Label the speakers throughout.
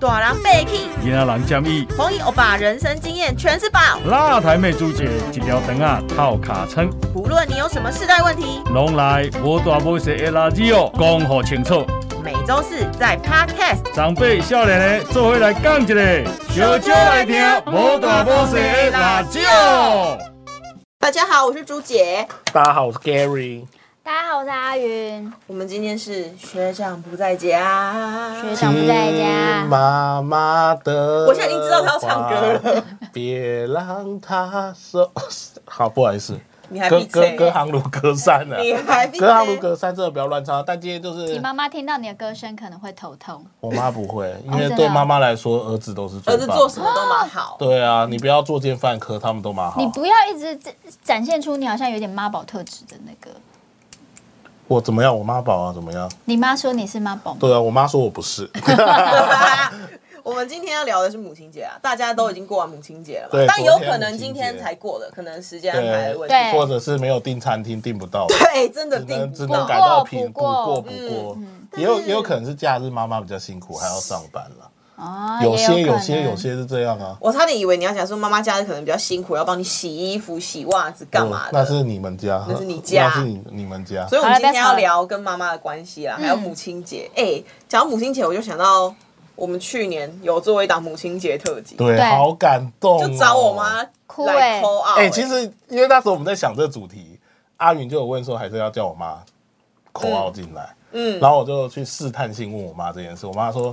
Speaker 1: 大人被气，
Speaker 2: 囡仔人建议，
Speaker 1: 红衣欧巴人生经验全是宝。
Speaker 2: 辣台妹主姐一条肠啊套卡称，
Speaker 1: 不论你有什么世代问题，
Speaker 2: 拢来无大无小的垃圾哦，讲好清楚。
Speaker 1: 每周四在 Podcast
Speaker 2: 长辈少年的做伙来讲一个，
Speaker 1: 小酒来听无大无小的辣椒。大家好，我是朱姐。
Speaker 3: 大家好，我是 Gary。
Speaker 4: 大家好，我是阿云。
Speaker 1: 我们今天是学长不在家，
Speaker 4: 学长不在家
Speaker 3: 听嗯妈妈的，
Speaker 1: 我现在已经知道他要唱歌了。
Speaker 3: 别让他受。好，不好意思，
Speaker 1: 你还
Speaker 3: 歌
Speaker 1: 闭
Speaker 3: 歌
Speaker 1: 嘴，
Speaker 3: 歌行如隔山了、
Speaker 1: 你还闭嘴
Speaker 3: 隔行如隔山，真的不要乱唱。但今天就
Speaker 4: 你
Speaker 3: 是
Speaker 4: 妈妈听到你的歌声可能会头痛。
Speaker 3: 我妈不会，因
Speaker 4: 真
Speaker 3: 为
Speaker 4: 的啊
Speaker 3: 对妈妈来说，儿子都是最
Speaker 1: 儿子
Speaker 3: 棒
Speaker 1: 做什么都蛮 好。
Speaker 3: 对啊，你不要作奸犯科，他们都蛮好
Speaker 4: 你。不要一直展展现出你好像有点妈宝特质的那个。
Speaker 3: 我怎么样？我妈宝啊，怎么样？
Speaker 4: 你妈说你是妈宝吗，
Speaker 3: 对啊，我妈说我不 是。啊
Speaker 1: 我们今天要聊的是母亲节啊，大家都已经过完母亲节了嘛
Speaker 3: 对，
Speaker 1: 但有
Speaker 3: 昨天
Speaker 1: 可能今天
Speaker 3: 母亲节
Speaker 1: 才过的，可能时间安排的问
Speaker 4: 对
Speaker 1: 题。
Speaker 3: 或者是没有订餐厅订不到，
Speaker 1: 对，哎真的
Speaker 3: 只
Speaker 1: 定
Speaker 3: 能只
Speaker 1: 不
Speaker 3: 能
Speaker 1: 到。
Speaker 3: 改到
Speaker 4: 补
Speaker 3: 平补
Speaker 4: 过
Speaker 3: 过补过，也有也有可能是假日妈妈比较辛苦，还要上班了。
Speaker 4: 啊
Speaker 3: 有些
Speaker 4: 也可
Speaker 3: 有
Speaker 4: 能
Speaker 3: 些有些是这样啊，
Speaker 1: 我差点以为你要讲说妈妈家里可能比较辛苦，要帮你洗衣服、洗袜子干嘛
Speaker 3: 哦
Speaker 1: 的。
Speaker 3: 那是你们家，
Speaker 1: 那是你家
Speaker 3: 那是你你们家
Speaker 1: 所。以，我们今天
Speaker 4: 好
Speaker 1: 要
Speaker 4: 嗯了不要吵
Speaker 1: 聊跟妈妈的关系啦，还有母亲节。哎，讲到母亲节，我就想到我们去年有做一档母亲节特辑，
Speaker 3: 对，
Speaker 4: 对
Speaker 3: 好感动哦。
Speaker 1: 就找我妈
Speaker 4: 哭
Speaker 1: 来
Speaker 4: 欸
Speaker 1: call out 欸
Speaker 3: 哎，其实因为那时候我们在想这个主题，阿云就有问说，还是要叫我妈口号进来。
Speaker 1: 嗯，
Speaker 3: 然后我就去试探性问我妈这件事，我妈说：“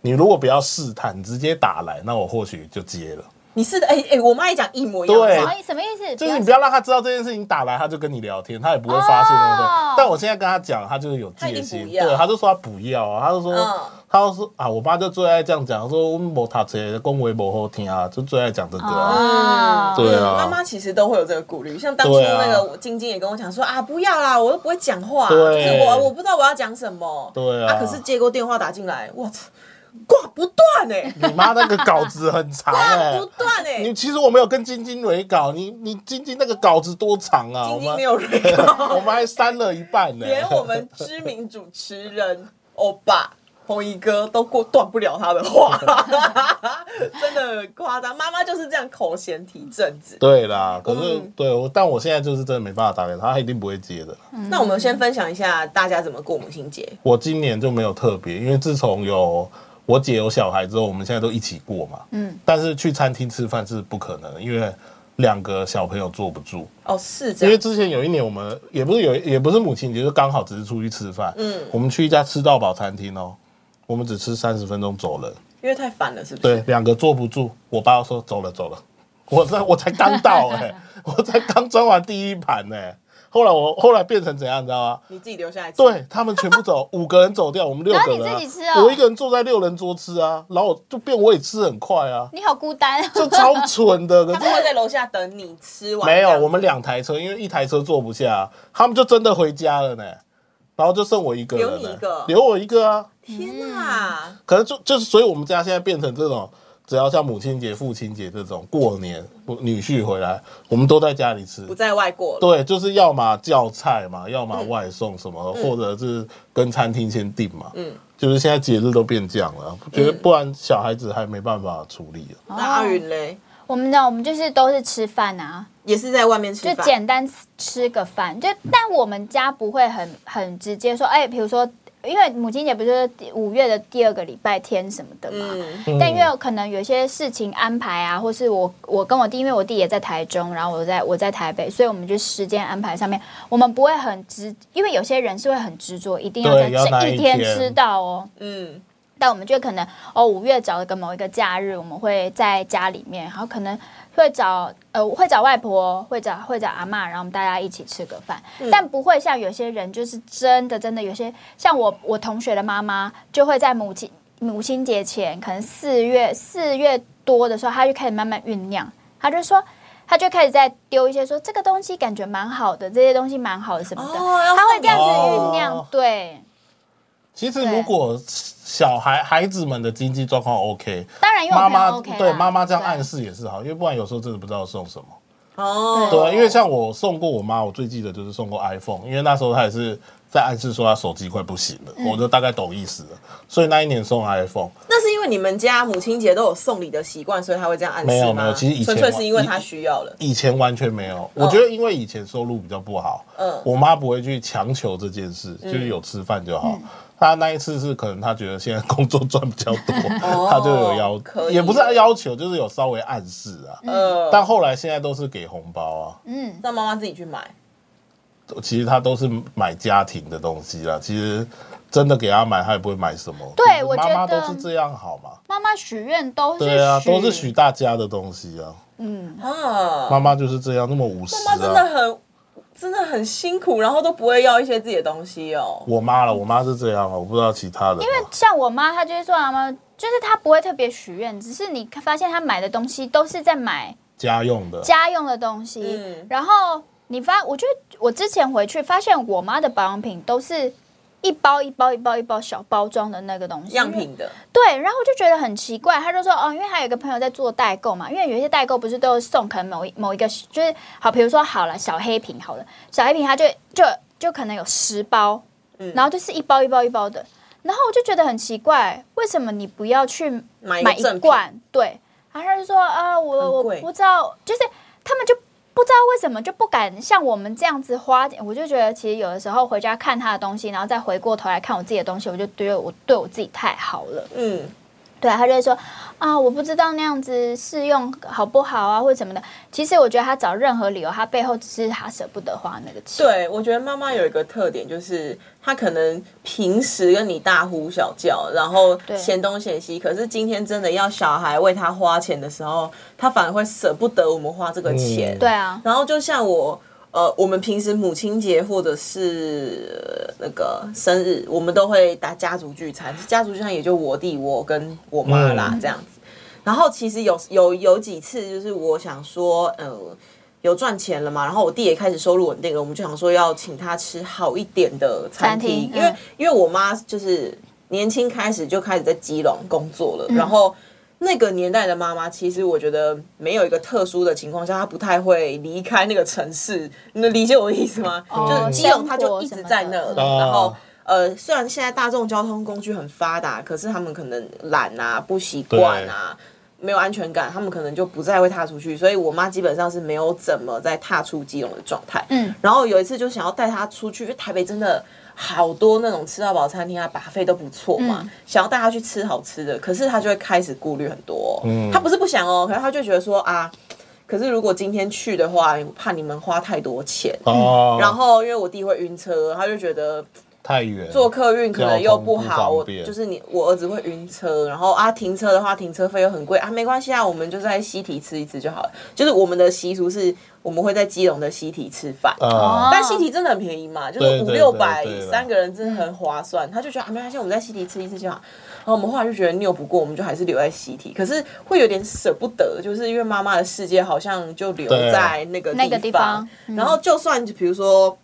Speaker 3: 你如果不要试探，你直接打来，那我或许就接了。
Speaker 1: 你是的，哎哎，我妈也讲一模一样的
Speaker 3: 对
Speaker 4: 什
Speaker 1: 话
Speaker 4: 么。意什么意思？
Speaker 3: 就是你不要让她知哎道这件事情，打来她就跟你聊天，她也不会发现那么多。
Speaker 4: 哦
Speaker 3: 但我现在跟她讲，她就是有
Speaker 1: 她一
Speaker 3: 戒
Speaker 1: 定
Speaker 3: 心，
Speaker 1: 不要
Speaker 3: 对，她就说她不要啊，她就说，
Speaker 1: 嗯
Speaker 3: 她就说啊，我妈就最爱这样讲，说我们没读册，恭维不好听啊，就最爱讲这个、
Speaker 1: 哦
Speaker 3: 啊。
Speaker 4: 啊，
Speaker 3: 对
Speaker 1: 嗯
Speaker 3: 啊
Speaker 1: 妈妈其实都会有这个顾虑，像当初
Speaker 3: 对啊
Speaker 1: 那个我晶晶也跟我讲说啊，不要啦，我又不会讲话，啊就
Speaker 3: 对
Speaker 1: 是我我不知道我要讲什么，
Speaker 3: 对啊
Speaker 1: 可是接过电话打进来，我操，挂不断哎、
Speaker 3: 你妈那个稿子很长哎、
Speaker 1: 挂 不断哎、
Speaker 3: 你其实我没有跟晶晶蕊稿，你你晶晶那个稿子多长啊？
Speaker 1: 晶
Speaker 3: 我
Speaker 1: 晶
Speaker 3: 们
Speaker 1: 没有人
Speaker 3: 我
Speaker 1: 告，
Speaker 3: 们还删了一半呢、
Speaker 1: 连我们知名主持人欧巴。红衣哥都过断不了他的话， 真的夸张。妈妈就是这样口嫌体正直。
Speaker 3: 对啦，可是、
Speaker 1: 嗯
Speaker 3: 对我，但我现在就是真的没办法打给他，他一定不会接的。
Speaker 1: 那我们先分享一下大家怎么过母亲节。
Speaker 3: 我今年就没有特别，因为自从有我姐有小孩之后，我们现在都一起过嘛。
Speaker 4: 嗯，
Speaker 3: 但是去餐厅吃饭是不可能的，因为两个小朋友坐不住。
Speaker 1: 哦，是这
Speaker 3: 因为
Speaker 1: 样。
Speaker 3: 之前有一年，我们也不是有，也不是母亲节，就刚好只是出去吃饭。
Speaker 1: 嗯
Speaker 3: 我们去一家吃到饱餐厅哦，我们只吃三十分钟走人。
Speaker 1: 因为太烦了，是不是？
Speaker 3: 对，两个坐不住，我爸说走了走了， 我在我才刚到哎、 我才刚装完第一盘哎、后来我后来变成怎样，你知道吗？
Speaker 1: 你自己留下来吃。
Speaker 3: 对他们全 部走，五个人走掉，我们六个人、
Speaker 4: 然
Speaker 3: 啊
Speaker 4: 后你自己吃哦
Speaker 3: 我一个人坐在六人桌吃啊，然后我就变我也吃很快啊，
Speaker 4: 你好孤单。
Speaker 3: 就超蠢的。可
Speaker 1: 他
Speaker 3: 是
Speaker 1: 们会在楼下等你吃完。
Speaker 3: 没
Speaker 1: 这
Speaker 3: 有，
Speaker 1: 样子
Speaker 3: 我们两台车，因为一台车坐不下，他们就真的回家了呢，然后就剩我一个人了，
Speaker 1: 留你一个
Speaker 3: 留我一个啊。
Speaker 1: 天哪，
Speaker 3: 可能就就是，所以我们家现在变成这种，只要像母亲节、父亲节这种过年，我女婿回来，我们都在家里吃
Speaker 1: 不。在外过了。
Speaker 3: 对，就是要么叫菜嘛，要
Speaker 4: 嗯
Speaker 3: 么外送什么，或者是跟餐厅先订嘛。
Speaker 1: 嗯，
Speaker 3: 就是现在节日都变这样了，觉
Speaker 4: 嗯
Speaker 3: 得不然小孩子还没办法处理啊。
Speaker 1: 那阿云嘞，
Speaker 4: 我们呢，我们就是都是吃饭啊，
Speaker 1: 也是在外面吃
Speaker 4: 就
Speaker 1: 饭。
Speaker 4: 简单吃吃个饭，就但我们家不会很很直接说，哎，比如说，因为母亲节不是五月的第二个礼拜天什么的嘛，
Speaker 1: 嗯，
Speaker 3: 嗯
Speaker 4: 但因为有可能有些事情安排啊，或是我我跟我弟，因为我弟也在台中，然后我在我在台北，所以我们就时间安排上面，我们不会很执，因为有些人是会很执着，一定要
Speaker 3: 对
Speaker 4: 在
Speaker 3: 要那
Speaker 4: 这
Speaker 3: 一
Speaker 4: 一天
Speaker 3: 天
Speaker 4: 吃到哦。
Speaker 1: 嗯，
Speaker 4: 但我们就可能哦，五月找一个某一个假日，我们会在家里面，然后可能会找呃会找外婆，会找会找阿嬷，然后我们大家一起吃个饭，
Speaker 3: 嗯
Speaker 4: 但不会像有些人就是真的真的有些像我我同学的妈妈就会在母亲母亲节前，可能四月四月多的时候，她就开始慢慢酝酿，她就说。她就开始在丢一些说这个东西感觉蛮好的，这些东西蛮好的什么的，
Speaker 1: 哦要
Speaker 4: 她会这样子
Speaker 3: 送
Speaker 4: 酝酿，
Speaker 3: 哦
Speaker 4: 对，
Speaker 3: 其实
Speaker 4: 对
Speaker 3: 如果小孩孩子们的经济状况 OK，
Speaker 4: 当然因为我
Speaker 3: 妈
Speaker 4: 朋友
Speaker 3: 妈
Speaker 4: OK 啦啊
Speaker 3: 对妈妈这样
Speaker 4: 对
Speaker 3: 暗示也是好，因为不然有时候真的不知道送什么。
Speaker 1: 哦，
Speaker 3: 对啊，因为像我送过我妈，我最记得就是送过 iPhone，因为那时候她也是
Speaker 4: 嗯
Speaker 3: 在暗示说她手机快不行了，我就大概懂意思了，所以那一年送 iPhone。
Speaker 1: 那是因为你们家母亲节都有送礼的习惯，所以他会这样暗示吗？
Speaker 3: 没有没有其实以前
Speaker 1: 纯粹是因为他需要了。
Speaker 3: 以前完全没有，我觉得因为以前收入比较不好，
Speaker 1: 哦嗯
Speaker 3: 我妈不会去强求这件事，就是有吃饭就
Speaker 1: 嗯
Speaker 3: 好。她那一次是可能她觉得现在工作赚比较多，她就有
Speaker 1: 哦可
Speaker 3: 要，
Speaker 1: 以
Speaker 3: 也不是要求，就是有稍微暗示啊。
Speaker 1: 呃，
Speaker 3: 但后来现在都是给红包啊，
Speaker 4: 嗯，
Speaker 1: 让妈妈自己去买。
Speaker 3: 其实她都是买家庭的东西啦。其实真的给她买，她也不会买什么。
Speaker 4: 对
Speaker 3: 就是
Speaker 4: 我觉
Speaker 3: 妈妈
Speaker 4: 得
Speaker 3: 都是这样好嘛。
Speaker 4: 妈妈许愿都是
Speaker 3: 对啊，都是许，大家的东西啊。
Speaker 4: 嗯，
Speaker 1: 啊，
Speaker 3: 妈妈就是这样，那么无私
Speaker 1: 妈妈真的
Speaker 3: 啊。
Speaker 1: 很真的很辛苦，然后都不会要一些自己的东西哦。
Speaker 3: 我妈了，我妈是这样啊，我不知道其他的。因为
Speaker 4: 像我妈她就是说妈妈，就是她不会特别许愿，只是你发现她买的东西都是在买
Speaker 3: 家用的，
Speaker 4: 家用的东西，
Speaker 1: 嗯
Speaker 4: 然后你发，我觉得我之前回去发现我妈的保养品都是。一包一包一包一包小包装的那个东西，
Speaker 1: 样品的，
Speaker 4: 对，然后我就觉得很奇怪，他就说哦，因为还有一个朋友在做代购嘛，因为有一些代购不是都送可能某一某一个就是好，比如说好了小黑瓶好了，小黑瓶它就就就可能有十包，
Speaker 1: 嗯
Speaker 4: 然后就是一包一包一包的，然后我就觉得很奇怪，为什么你不要去
Speaker 1: 买一个
Speaker 4: 买一
Speaker 1: 正品
Speaker 4: 罐？对，然后他就说啊，我
Speaker 1: 很
Speaker 4: 我
Speaker 1: 贵
Speaker 4: 不知道，就是他们就。不知道为什么就不敢像我们这样子花，我就觉得其实有的时候回家看他的东西，然后再回过头来看我自己的东西，我就觉得我对我自己太好了。
Speaker 1: 嗯，
Speaker 4: 对，他就会说啊，我不知道那样子试用好不好啊，或者什么的。其实我觉得他找任何理由，他背后只是他舍不得花那个钱。，
Speaker 1: 对，我觉得妈妈有一个特点，就是她可能平时跟你大呼小叫，然后
Speaker 4: 对
Speaker 1: 嫌东嫌西，可是今天真的要小孩为她花钱的时候，她反而会舍不得我们花这个钱。
Speaker 3: 嗯
Speaker 4: 对啊，
Speaker 1: 然后就像我，呃，我们平时母亲节或者是、呃那个生日，我们都会打家族聚餐，家族聚餐也就我弟、我跟我妈啦、
Speaker 3: 嗯
Speaker 1: 这样子。然后其实有有有几次，就是我想说，呃，有赚钱了嘛，然后我弟也开始收入稳定了，我们就想说要请他吃好一点的餐
Speaker 4: 餐
Speaker 1: 厅
Speaker 4: 厅，
Speaker 1: 因为、
Speaker 4: 嗯
Speaker 1: 因为我妈就是年轻开始就开始在基隆工作了，
Speaker 4: 嗯
Speaker 1: 然后。那个年代的妈妈，其实我觉得没有一个特殊的情况下，她不太会离开那个城市。你能理解我的意思吗？
Speaker 4: 哦
Speaker 1: 就是基隆，她就一直在那儿，
Speaker 4: 生活什么
Speaker 3: 的
Speaker 1: 然后
Speaker 3: 啊。
Speaker 1: 呃，虽然现在大众交通工具很发达，可是他们可能懒啊、不习惯啊、没有安全感，他们可能就不再会踏出去。所以我妈基本上是没有怎么在踏出基隆的状态。
Speaker 4: 嗯，
Speaker 1: 然后有一次就想要带他出去，因为台北真的好多那种吃到饱餐厅啊，把费都不错嘛，
Speaker 4: 嗯
Speaker 1: 想要带他去吃好吃的，可是他就会开始顾虑很多、
Speaker 3: 嗯
Speaker 1: 他不是不想哦，可是他就觉得说啊，可是如果今天去的话，怕你们花太多钱。
Speaker 3: 哦，
Speaker 1: 嗯然后因为我弟会晕车，他就觉得
Speaker 3: 太远，
Speaker 1: 坐客运可能又不
Speaker 3: 交
Speaker 1: 好，
Speaker 3: 通不
Speaker 1: 我
Speaker 3: 方便
Speaker 1: 就是你我儿子会晕车，然后啊停车的话停车费又很贵啊，没关系啊，我们就在西堤吃一吃就好了。就是我们的习俗是，我们会在基隆的西堤吃饭。
Speaker 3: 啊
Speaker 1: 但西提真的很便宜嘛，就是
Speaker 3: 对
Speaker 1: 五
Speaker 3: 对
Speaker 1: 六百
Speaker 3: 对对
Speaker 1: 三个人真的很划算。他就觉得啊，没关系，我们在西提吃一次就好。然后我们后来就觉得拗不过，我们就还是留在西提，可是会有点舍不得，就是因为妈妈的世界好像就留
Speaker 3: 对
Speaker 1: 在那个
Speaker 4: 那个地方嗯
Speaker 1: 然后就算比如说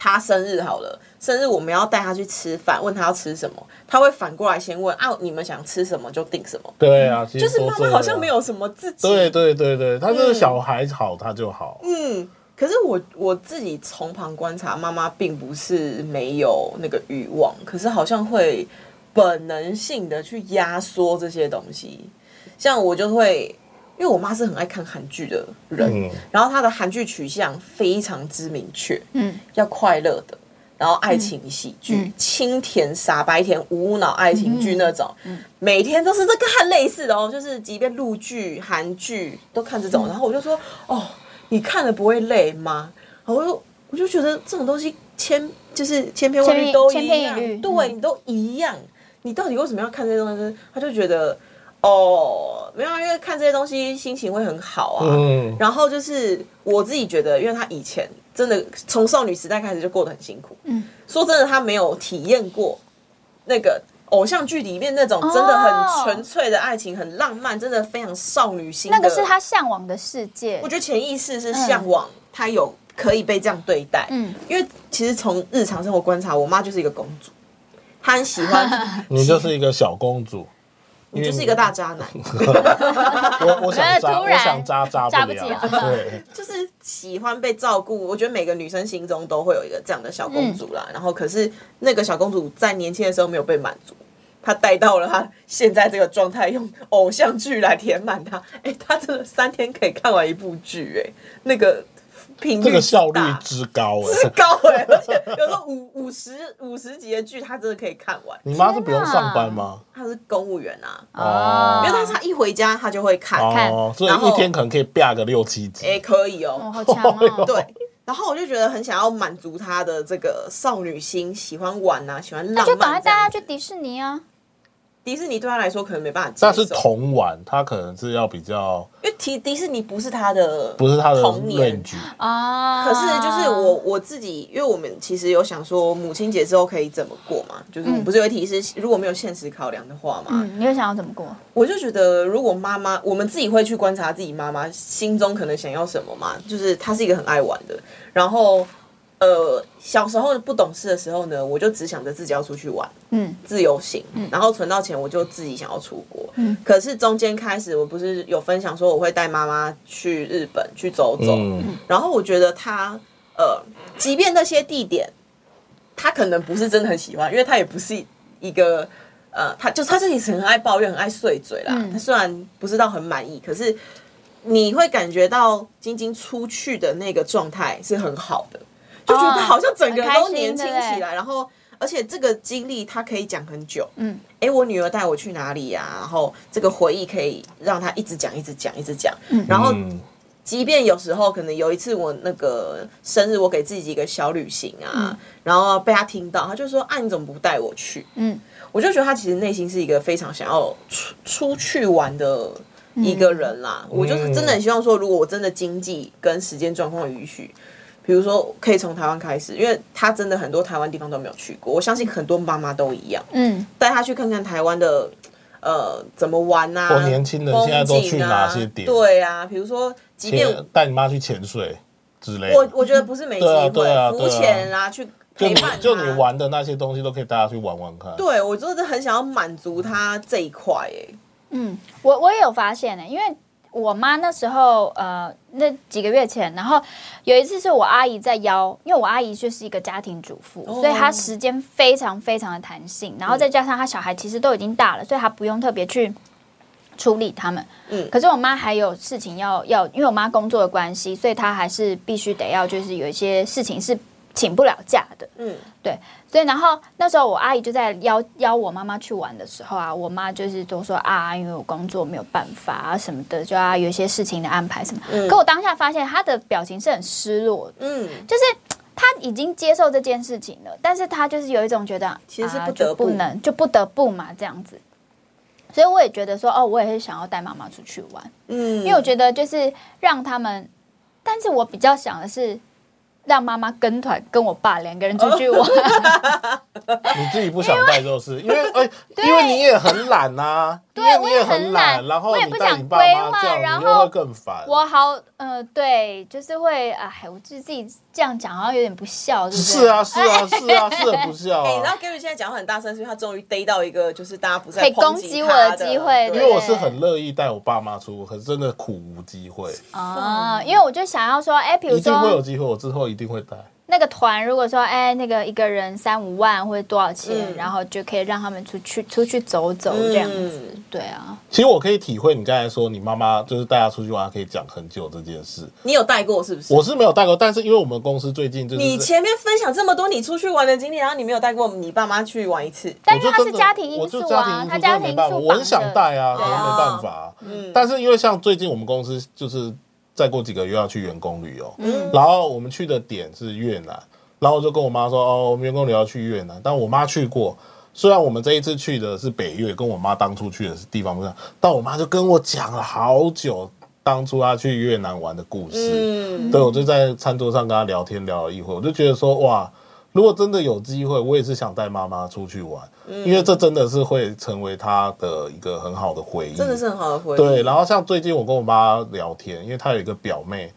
Speaker 1: 他生日好了，生日我们要带他去吃饭，问他要吃什么，他会反过来先问啊，你们想吃什么就订什么。
Speaker 3: 对啊，就
Speaker 1: 就是妈妈好像没。有什嗯么自己
Speaker 3: 对对对对，他就是小孩好，他就好。
Speaker 1: 嗯，可是我我自己从旁观察，妈妈并不是没有那个欲望，可是好像会本能性的去压缩这些东西。像我就会，因为我妈是很爱看韩剧的人，
Speaker 3: 嗯
Speaker 1: 然后她的韩剧取向非常之明确，
Speaker 4: 嗯，
Speaker 1: 要快乐的，然后爱情喜剧、
Speaker 4: 嗯
Speaker 1: 清甜傻白甜、无脑爱情剧那种，
Speaker 4: 嗯
Speaker 1: 每天都是这个很类似的哦，就是即便陆剧、韩剧都看这种，
Speaker 4: 嗯
Speaker 1: 然后我就说，哦，你看了不会累吗？然后我就我就觉得这种东西千就是千篇万律
Speaker 4: 千
Speaker 1: 都
Speaker 4: 千
Speaker 1: 一
Speaker 4: 篇一
Speaker 1: 样，
Speaker 4: 律
Speaker 1: 对
Speaker 4: 嗯
Speaker 1: 你都一样，你到底为什么要看这些东西？他就觉得。哦，没有啊，因为看这些东西心情会很好啊。
Speaker 3: 嗯，
Speaker 1: 然后就是我自己觉得，因为她以前真的从少女时代开始就过得很辛苦。
Speaker 4: 嗯，
Speaker 1: 说真的，她没有体验过那个偶像剧里面那种真的
Speaker 4: 哦
Speaker 1: 很纯粹的爱情，很浪漫，真的非常少女心的。
Speaker 4: 那个是他向往的世界
Speaker 1: 我。觉得潜意识是向往她有可以被这样对待。
Speaker 4: 嗯，
Speaker 1: 因为其实从日常生活观察，我妈就是一个公主，她很喜 欢
Speaker 3: 你就是一个小公主。
Speaker 1: 你，就是一个大渣男。
Speaker 3: 我我想 扎，
Speaker 4: 突
Speaker 3: 我
Speaker 4: 然
Speaker 3: 想扎扎
Speaker 4: 扎不
Speaker 3: 了
Speaker 4: 起。来
Speaker 3: 对，
Speaker 1: 就是喜欢被照顾，我觉得每个女生心中
Speaker 3: 嗯
Speaker 1: 都会有一个这样的小公主啦。然后，可是那个小公主在年轻的时候没有被满足，他带到了他现在这个状态，用偶像剧来填满他。哎，他真的三天可以看完一部剧，哎，那个频率
Speaker 3: 这个效率
Speaker 1: 之大
Speaker 3: 之高哎、
Speaker 1: 之 高 哎、而且有时候五五十五十集的剧，他真的可以看完。
Speaker 3: 你妈是不用上班吗？
Speaker 1: 他是公务员啊，
Speaker 3: 哦
Speaker 1: 因为他是他一回家他就会看，
Speaker 4: 哦看
Speaker 3: 哦，所以
Speaker 1: 然后
Speaker 3: 一天可能可以啪个六七集。
Speaker 1: 哎、可以哦
Speaker 4: 哦，好强哦！
Speaker 1: 对，然后我就觉得很想要满足他的这个少女心，喜欢玩啊，喜欢
Speaker 4: 那
Speaker 1: 浪漫这样
Speaker 4: 就
Speaker 1: 子。
Speaker 4: 赶快带他去迪士尼啊！
Speaker 1: 迪士尼对他来说可能没办法接受，
Speaker 3: 但是童玩，他可能是要比较，
Speaker 1: 因为迪迪士尼不是他的
Speaker 3: 不是他的
Speaker 1: 童年
Speaker 3: 论。据，
Speaker 4: 啊，
Speaker 1: 可是就是我我自己，因为我们其实有想说母亲节之后可以怎么过嘛，就是我
Speaker 4: 嗯
Speaker 1: 们不是有一题是如果没有现实考量的话嘛，
Speaker 4: 嗯，你会想要怎么过？
Speaker 1: 我就觉得，如果妈妈，我们自己会去观察自己妈妈心中可能想要什么嘛，就是她是一个很爱玩的，然后。呃，小时候不懂事的时候呢，我就只想着自己要出去玩，
Speaker 4: 嗯，
Speaker 1: 自由行，然后存到钱，我就自己想要出国。
Speaker 4: 嗯
Speaker 1: 可是中间开始，我不是有分享说我会带妈妈去日本去走走，
Speaker 3: 嗯，
Speaker 1: 然后我觉得他呃，即便那些地点，他可能不是真的很喜欢，因为他也不是一个呃，他就是他自己是很爱抱怨、很爱碎嘴啦。
Speaker 4: 嗯
Speaker 1: 他虽然不是到很满意，可是你会感觉到晶晶出去的那个状态是很好的，就觉得
Speaker 4: 哦
Speaker 1: 她好像整个人
Speaker 4: 很开
Speaker 1: 都
Speaker 4: 心欸
Speaker 1: 年轻
Speaker 4: 对不对
Speaker 1: 起来，然后。而且这个经历，他可以讲很久。
Speaker 4: 嗯，
Speaker 1: 哎，我女儿带我去哪里呀、然后这个回忆可以让她一直讲、一直讲、一直讲。然后
Speaker 3: 嗯
Speaker 1: 即便有时候可能有一次我那个生日，我给自己一个小旅行
Speaker 3: 嗯
Speaker 1: 啊，然后被他听到，他就说：“啊，你怎么不带我去？”
Speaker 4: 嗯，
Speaker 1: 我就觉得他其实内心是一个非常想要出出去玩的一个人啦。
Speaker 3: 嗯
Speaker 1: 我就是真的很希望说，如果我真的经济跟时间状况允许。比如说，可以从台湾开始，因为他真的很多台湾地方都没有去过。我相信很多妈妈都一样，
Speaker 4: 嗯，
Speaker 1: 带他去看看台湾的呃怎么玩啊，
Speaker 3: 或年轻人现在都去哪些
Speaker 1: 风景啊
Speaker 3: 点
Speaker 1: 对啊，比如说，即便
Speaker 3: 潜带你妈去潜水之类
Speaker 1: 我
Speaker 3: 的，
Speaker 1: 我觉得不是没机
Speaker 3: 对啊
Speaker 1: 会，
Speaker 3: 对啊对啊
Speaker 1: 浮潜啊，去
Speaker 3: 就
Speaker 1: 陪
Speaker 3: 你
Speaker 1: 伴他
Speaker 3: 就你。玩的那些东西都可以带她去玩玩看。
Speaker 1: 对，我真的很想要满足他这一块，哎，
Speaker 4: 嗯，我我也有发现呢、因为我妈那时候呃那几个月前，然后有一次是我阿姨在邀，因为我阿姨就是一个家庭主妇，
Speaker 1: 哦嗯
Speaker 4: 所以她时间非常非常的弹性，然后再加上她小孩其实都已经大了，所以她不用特别去。处理他们，
Speaker 1: 嗯
Speaker 4: 可是我妈还有事情要要，因为我妈工作的关系，所以她还是必须得要，就是有一些事情是请不了假的，
Speaker 1: 嗯，
Speaker 4: 所以，然后那时候我阿姨就在邀邀我妈妈去玩的时候啊，我妈就是都说啊，因为我工作没有办法啊什么的，就啊有一些事情的安排什么。可我当下发现她的表情是很失落的，
Speaker 1: 嗯，
Speaker 4: 就是她已经接受这件事情了，但是她就是有一种觉得
Speaker 1: 其实是
Speaker 4: 啊
Speaker 1: 不得
Speaker 4: 就
Speaker 1: 不
Speaker 4: 不能就不得不嘛这样子。所以我也觉得说，哦，我也是想要带妈妈出去玩，
Speaker 1: 嗯，
Speaker 4: 因为我觉得就是让他们，但是我比较想的是让妈妈跟团跟我爸两个人出去玩。
Speaker 3: 你自己不想带就是，因为哎，因为你也很懒呐，因为你
Speaker 4: 我也
Speaker 3: 很
Speaker 4: 很懒
Speaker 3: 然后
Speaker 4: 我也
Speaker 3: 你
Speaker 4: 不
Speaker 3: 带
Speaker 4: 想
Speaker 3: 你爸妈
Speaker 4: 规划
Speaker 3: 这样，
Speaker 4: 然
Speaker 3: 你又
Speaker 4: 后
Speaker 3: 会更烦。
Speaker 4: 我好，呃，对，就是会，哎，我自自己这样讲好像有点不孝，对不对？
Speaker 3: 是啊，是啊，是啊，是很不孝
Speaker 1: 哎，你知道
Speaker 3: 啊。
Speaker 1: Gary 现在讲话很大声，是因为他终于逮到一个就是大家不再
Speaker 4: 可以
Speaker 1: 抨
Speaker 4: 攻
Speaker 1: 击
Speaker 4: 击
Speaker 1: 他
Speaker 4: 我的
Speaker 1: 的
Speaker 4: 机会
Speaker 3: 因
Speaker 1: 对
Speaker 3: 为我是很乐意带我爸妈出，可是真的苦无机会，
Speaker 4: 啊，因为我就想要说，哎，比如
Speaker 3: 一定会有
Speaker 4: 说
Speaker 3: 机会，我之后一定会带。
Speaker 4: 那个团，如果说，哎，那个一个人三五万或者多少钱，
Speaker 1: 嗯
Speaker 4: 然后就可以让他们出去出去走走
Speaker 1: 嗯
Speaker 4: 这样子，对啊，
Speaker 3: 其实我可以体会你刚才说，你妈妈就是带她出去玩，可以讲很久这件事。
Speaker 1: 你有带过是不是？
Speaker 3: 我是没有带过，但是因为我们公司最近就是
Speaker 1: 你前面分享这么多你出去玩的经历，然后你没有带过你爸妈去玩一次，
Speaker 4: 但因为
Speaker 3: 我
Speaker 4: 他
Speaker 3: 就是真的
Speaker 4: 家庭因
Speaker 3: 我就
Speaker 4: 素
Speaker 3: 家庭
Speaker 4: 啊，
Speaker 3: 因
Speaker 4: 他
Speaker 3: 素
Speaker 4: 家
Speaker 3: 真的
Speaker 4: 庭
Speaker 3: 没
Speaker 4: 因
Speaker 3: 办法，
Speaker 4: 素
Speaker 3: 我很想带啊，可
Speaker 4: 对
Speaker 3: 是
Speaker 4: 啊
Speaker 3: 没办法啊。但是因为像最近我们公司就是再过几个月要去员工旅游，
Speaker 4: 嗯
Speaker 1: 嗯
Speaker 3: 然后我们去的点是越南，然后我就跟我妈说，哦，我们员工旅游要去越南，但我妈去过。虽然我们这一次去的是北越，跟我妈当初去的是地方不一样，但我妈就跟我讲了好久当初她去越南玩的故事。
Speaker 1: 嗯，
Speaker 3: 对，我就在餐桌上跟他聊天聊了一会，我就觉得说哇，如果真的有机会，我也是想带妈妈出去玩，
Speaker 1: 嗯
Speaker 3: 因为这真的是会成为她的一个很好的回忆。
Speaker 1: 真的是很好的回忆。
Speaker 3: 对，然后像最近我跟我妈聊天，因为她有一个表妹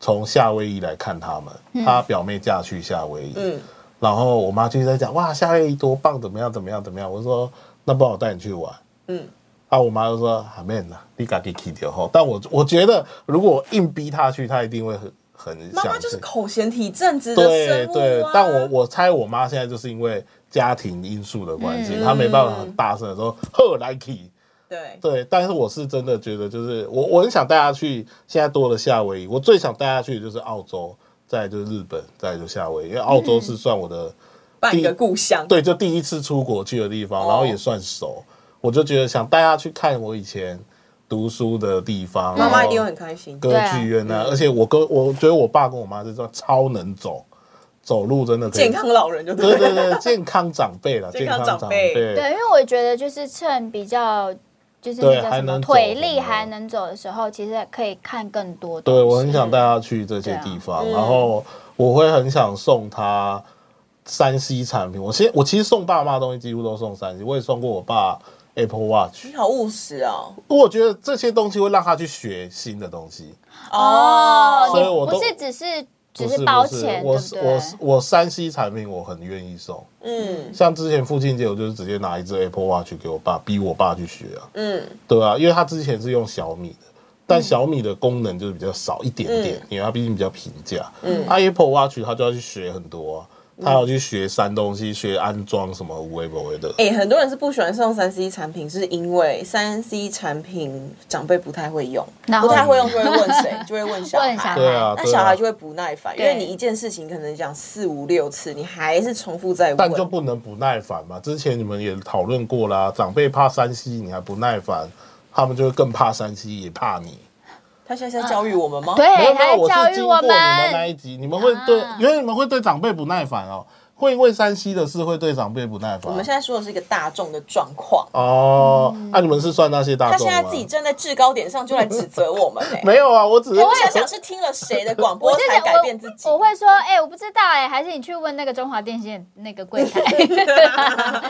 Speaker 3: 从夏威夷来看他们，她表妹嫁去夏威夷，
Speaker 1: 嗯
Speaker 3: 然后我妈就在讲哇，夏威夷多棒，怎么样怎么样怎么样。我说那不然我带你去玩。
Speaker 1: 嗯，
Speaker 3: 啊，我妈就说阿妹呐，你赶紧去掉后。但我我觉得如果我硬逼她去，她一定会很很
Speaker 1: 妈妈
Speaker 3: 想
Speaker 1: 就是
Speaker 3: 去
Speaker 1: 口嫌体正直的
Speaker 3: 对
Speaker 1: 生物
Speaker 3: 对
Speaker 1: 啊。，
Speaker 3: 但我我猜我妈现在就是因为家庭因素的关
Speaker 1: 嗯
Speaker 3: 系，他没办法很大声的说“呵来 k
Speaker 1: 对，
Speaker 3: 对，但是我是真的觉得，就是我我很想带他去，现在多了夏威夷，我最想带他去的就是澳洲，再来就是日本，再来就夏威夷，因为澳
Speaker 1: 嗯
Speaker 3: 洲是算我的、
Speaker 1: 办一个故乡，
Speaker 3: 对，就第一次出国去的地
Speaker 1: 哦
Speaker 3: 方，然后也算熟，我就觉得想带他去看我以前读书的地方，
Speaker 1: 妈妈
Speaker 3: 然
Speaker 1: 一
Speaker 3: 后
Speaker 1: 定会很开心。
Speaker 3: 歌剧院啊，而且我跟我觉得我爸跟我妈是真的超能走，走路真的可以
Speaker 1: 健康老人就
Speaker 3: 对
Speaker 1: 对
Speaker 3: 对
Speaker 1: 了，
Speaker 3: 对，健康长辈了，
Speaker 1: 健
Speaker 3: 健
Speaker 1: 康
Speaker 3: 康
Speaker 1: 长
Speaker 3: 长
Speaker 1: 辈
Speaker 4: 对，因为我觉得就是趁比较就是
Speaker 3: 对
Speaker 4: 那叫
Speaker 3: 还
Speaker 4: 什么
Speaker 3: 能走
Speaker 4: 腿力
Speaker 3: 的话
Speaker 4: 还能走的时候，其实可以看更多东西。
Speaker 3: 对我很想带他去这
Speaker 1: 啊
Speaker 3: 些地方，
Speaker 1: 嗯
Speaker 3: 然后我会很想送他山西产品。我现我其实送爸妈的东西几乎都送山西，我也送过我爸 Apple Watch。
Speaker 1: 你好务实哦。
Speaker 3: 我觉得这些东西会让他去学新的东西。
Speaker 4: 哦，
Speaker 3: 所以我
Speaker 4: 你
Speaker 3: 都
Speaker 4: 不是只是只
Speaker 3: 不是
Speaker 4: 是包
Speaker 3: 不是
Speaker 4: 钱，
Speaker 3: 我
Speaker 4: 对不
Speaker 3: 我
Speaker 4: 对？
Speaker 3: 我山西产品我很愿意送。
Speaker 1: 嗯
Speaker 3: 像之前父亲节，我就是直接拿一只 Apple Watch 给我爸，逼我爸去学啊。
Speaker 1: 嗯，
Speaker 3: 对啊，因为他之前是用小米的，但小米的功能就是比较少一点点，因为它毕竟比较平价。嗯、啊、，Apple Watch 它就要去学很多、啊，它要去学删东西、学安装什么无为不为的。
Speaker 1: 哎、很多人是不喜欢送三 C 产品，是因为三 C 产品长辈不太会用，
Speaker 4: 然
Speaker 1: 不
Speaker 4: 后
Speaker 1: 太会用就会问谁，就会问小
Speaker 4: 问小
Speaker 1: 孩
Speaker 4: 孩。
Speaker 3: 对啊，
Speaker 1: 那
Speaker 3: 对
Speaker 1: 小
Speaker 3: 啊
Speaker 1: 孩就会不耐烦，因
Speaker 4: 对
Speaker 1: 为你一件事情可能讲四五六次，你还是重复在问。
Speaker 3: 但就不能不耐烦嘛。之前你们也讨论过啦，长辈怕山西，你还不耐烦，他们就会更怕山西，也怕你。
Speaker 1: 他现在是在教育我们吗？
Speaker 4: 对，
Speaker 3: 没有没
Speaker 4: 来
Speaker 3: 有，我
Speaker 4: 教
Speaker 3: 是
Speaker 4: 育
Speaker 3: 经过
Speaker 4: 我
Speaker 3: 你们那
Speaker 4: 们。
Speaker 3: 一集，你们会对
Speaker 4: 啊，
Speaker 3: 因为你们会对长辈不耐烦哦，会因为山西的事会对长辈不耐烦。
Speaker 1: 我们现在说的是一个大众的状况。
Speaker 3: 哦，那、你们是算那些大
Speaker 1: 他
Speaker 3: 众
Speaker 1: 现
Speaker 3: 吗？
Speaker 1: 在自己站在制高点上就来指责我们、欸，
Speaker 3: 没有啊，我只是
Speaker 1: 我想想是听了谁的广播
Speaker 4: 我就
Speaker 1: 才
Speaker 4: 想
Speaker 1: 改变自己
Speaker 4: 我，我会说，哎、我不知道、哎，还是你去问那个中华电信的那个 柜台。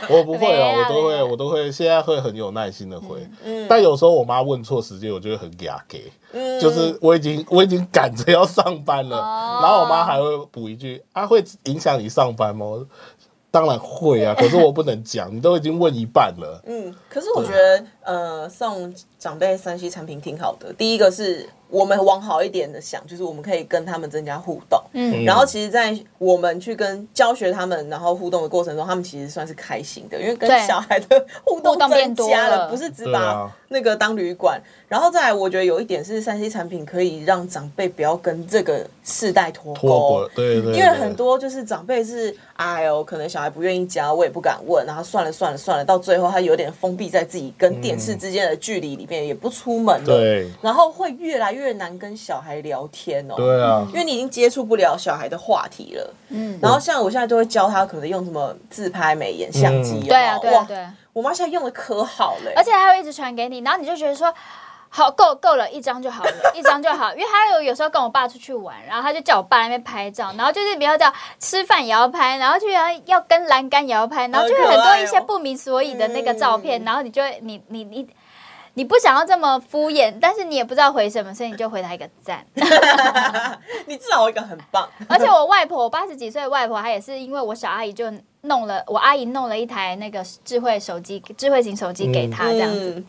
Speaker 3: 我不会
Speaker 4: 没
Speaker 3: 哦，
Speaker 4: 啦
Speaker 3: 我都
Speaker 4: 没嗯
Speaker 3: 会，
Speaker 4: 啦
Speaker 3: 我都会，现在会很有耐心的回。但有时候我妈问错时间，我就会很牙给，就是我已经我已经赶着要上班了，
Speaker 4: 嗯哦
Speaker 3: 然后我妈还会补一句：“啊，会影响你上班吗？”我说当然会 啊，可是我不能讲，你都已经问一半了。
Speaker 1: 嗯，可是我觉得，呃，送长辈三 C 产品挺好的。第一个是我们往好一点的想，就是我们可以跟他们增加互动。嗯，然后其实，在我们去跟教学他们，然后互动的过程中，他们其实算是开心的，因为跟
Speaker 4: 对
Speaker 1: 小孩的互动
Speaker 4: 互动变
Speaker 1: 增
Speaker 4: 多
Speaker 1: 加了，
Speaker 4: 了
Speaker 1: 不是只
Speaker 3: 对
Speaker 1: 把
Speaker 3: 啊
Speaker 1: 那个当旅馆。然后再来，我觉得有一点是三 C 产品可以让长辈不要跟这个世代脱
Speaker 3: 脱
Speaker 1: 钩
Speaker 4: 哦
Speaker 3: 轨，。对对对，
Speaker 1: 因为很多就是长辈是，哎呦，可能小孩不愿意教，我也不敢问，然后算了算了算了，到最后他有点封闭在自己跟电视之间的距离里面，也不出门了，
Speaker 3: 嗯对
Speaker 1: 然后会越来越难跟小孩聊天哦，
Speaker 3: 对啊，
Speaker 1: 因为你已经接触不了小孩的话题了，嗯，然后像我现在就会教他可能用什么自拍美颜
Speaker 3: 嗯
Speaker 1: 相机、有没有
Speaker 4: 对啊，对啊，
Speaker 1: 哇
Speaker 4: 对啊。
Speaker 1: 我妈现在用的可好嘞、
Speaker 4: 而且他会一直传给你，然后你就觉得说。好，够够了，一张就 好了，一张就好。因为他有有时候跟我爸出去玩，然后他就叫我爸在那边拍 照，然后就是比较叫吃饭也要拍，然后就要要跟栏杆也要拍，然后就会很
Speaker 1: 好可哦
Speaker 4: 多
Speaker 1: 爱哦
Speaker 4: 一些不明所以的那个照片，然后你就会你你你你不想要这么敷衍，但是你也不知道回什么，所以你就回他一个赞。
Speaker 1: 你至少有一个很棒，
Speaker 4: 而且我外婆，我八十几岁的外婆，她也是因为我小阿姨就弄了，我阿姨弄了一台那个智慧手机，智慧型手机给她啊这样子。
Speaker 1: 嗯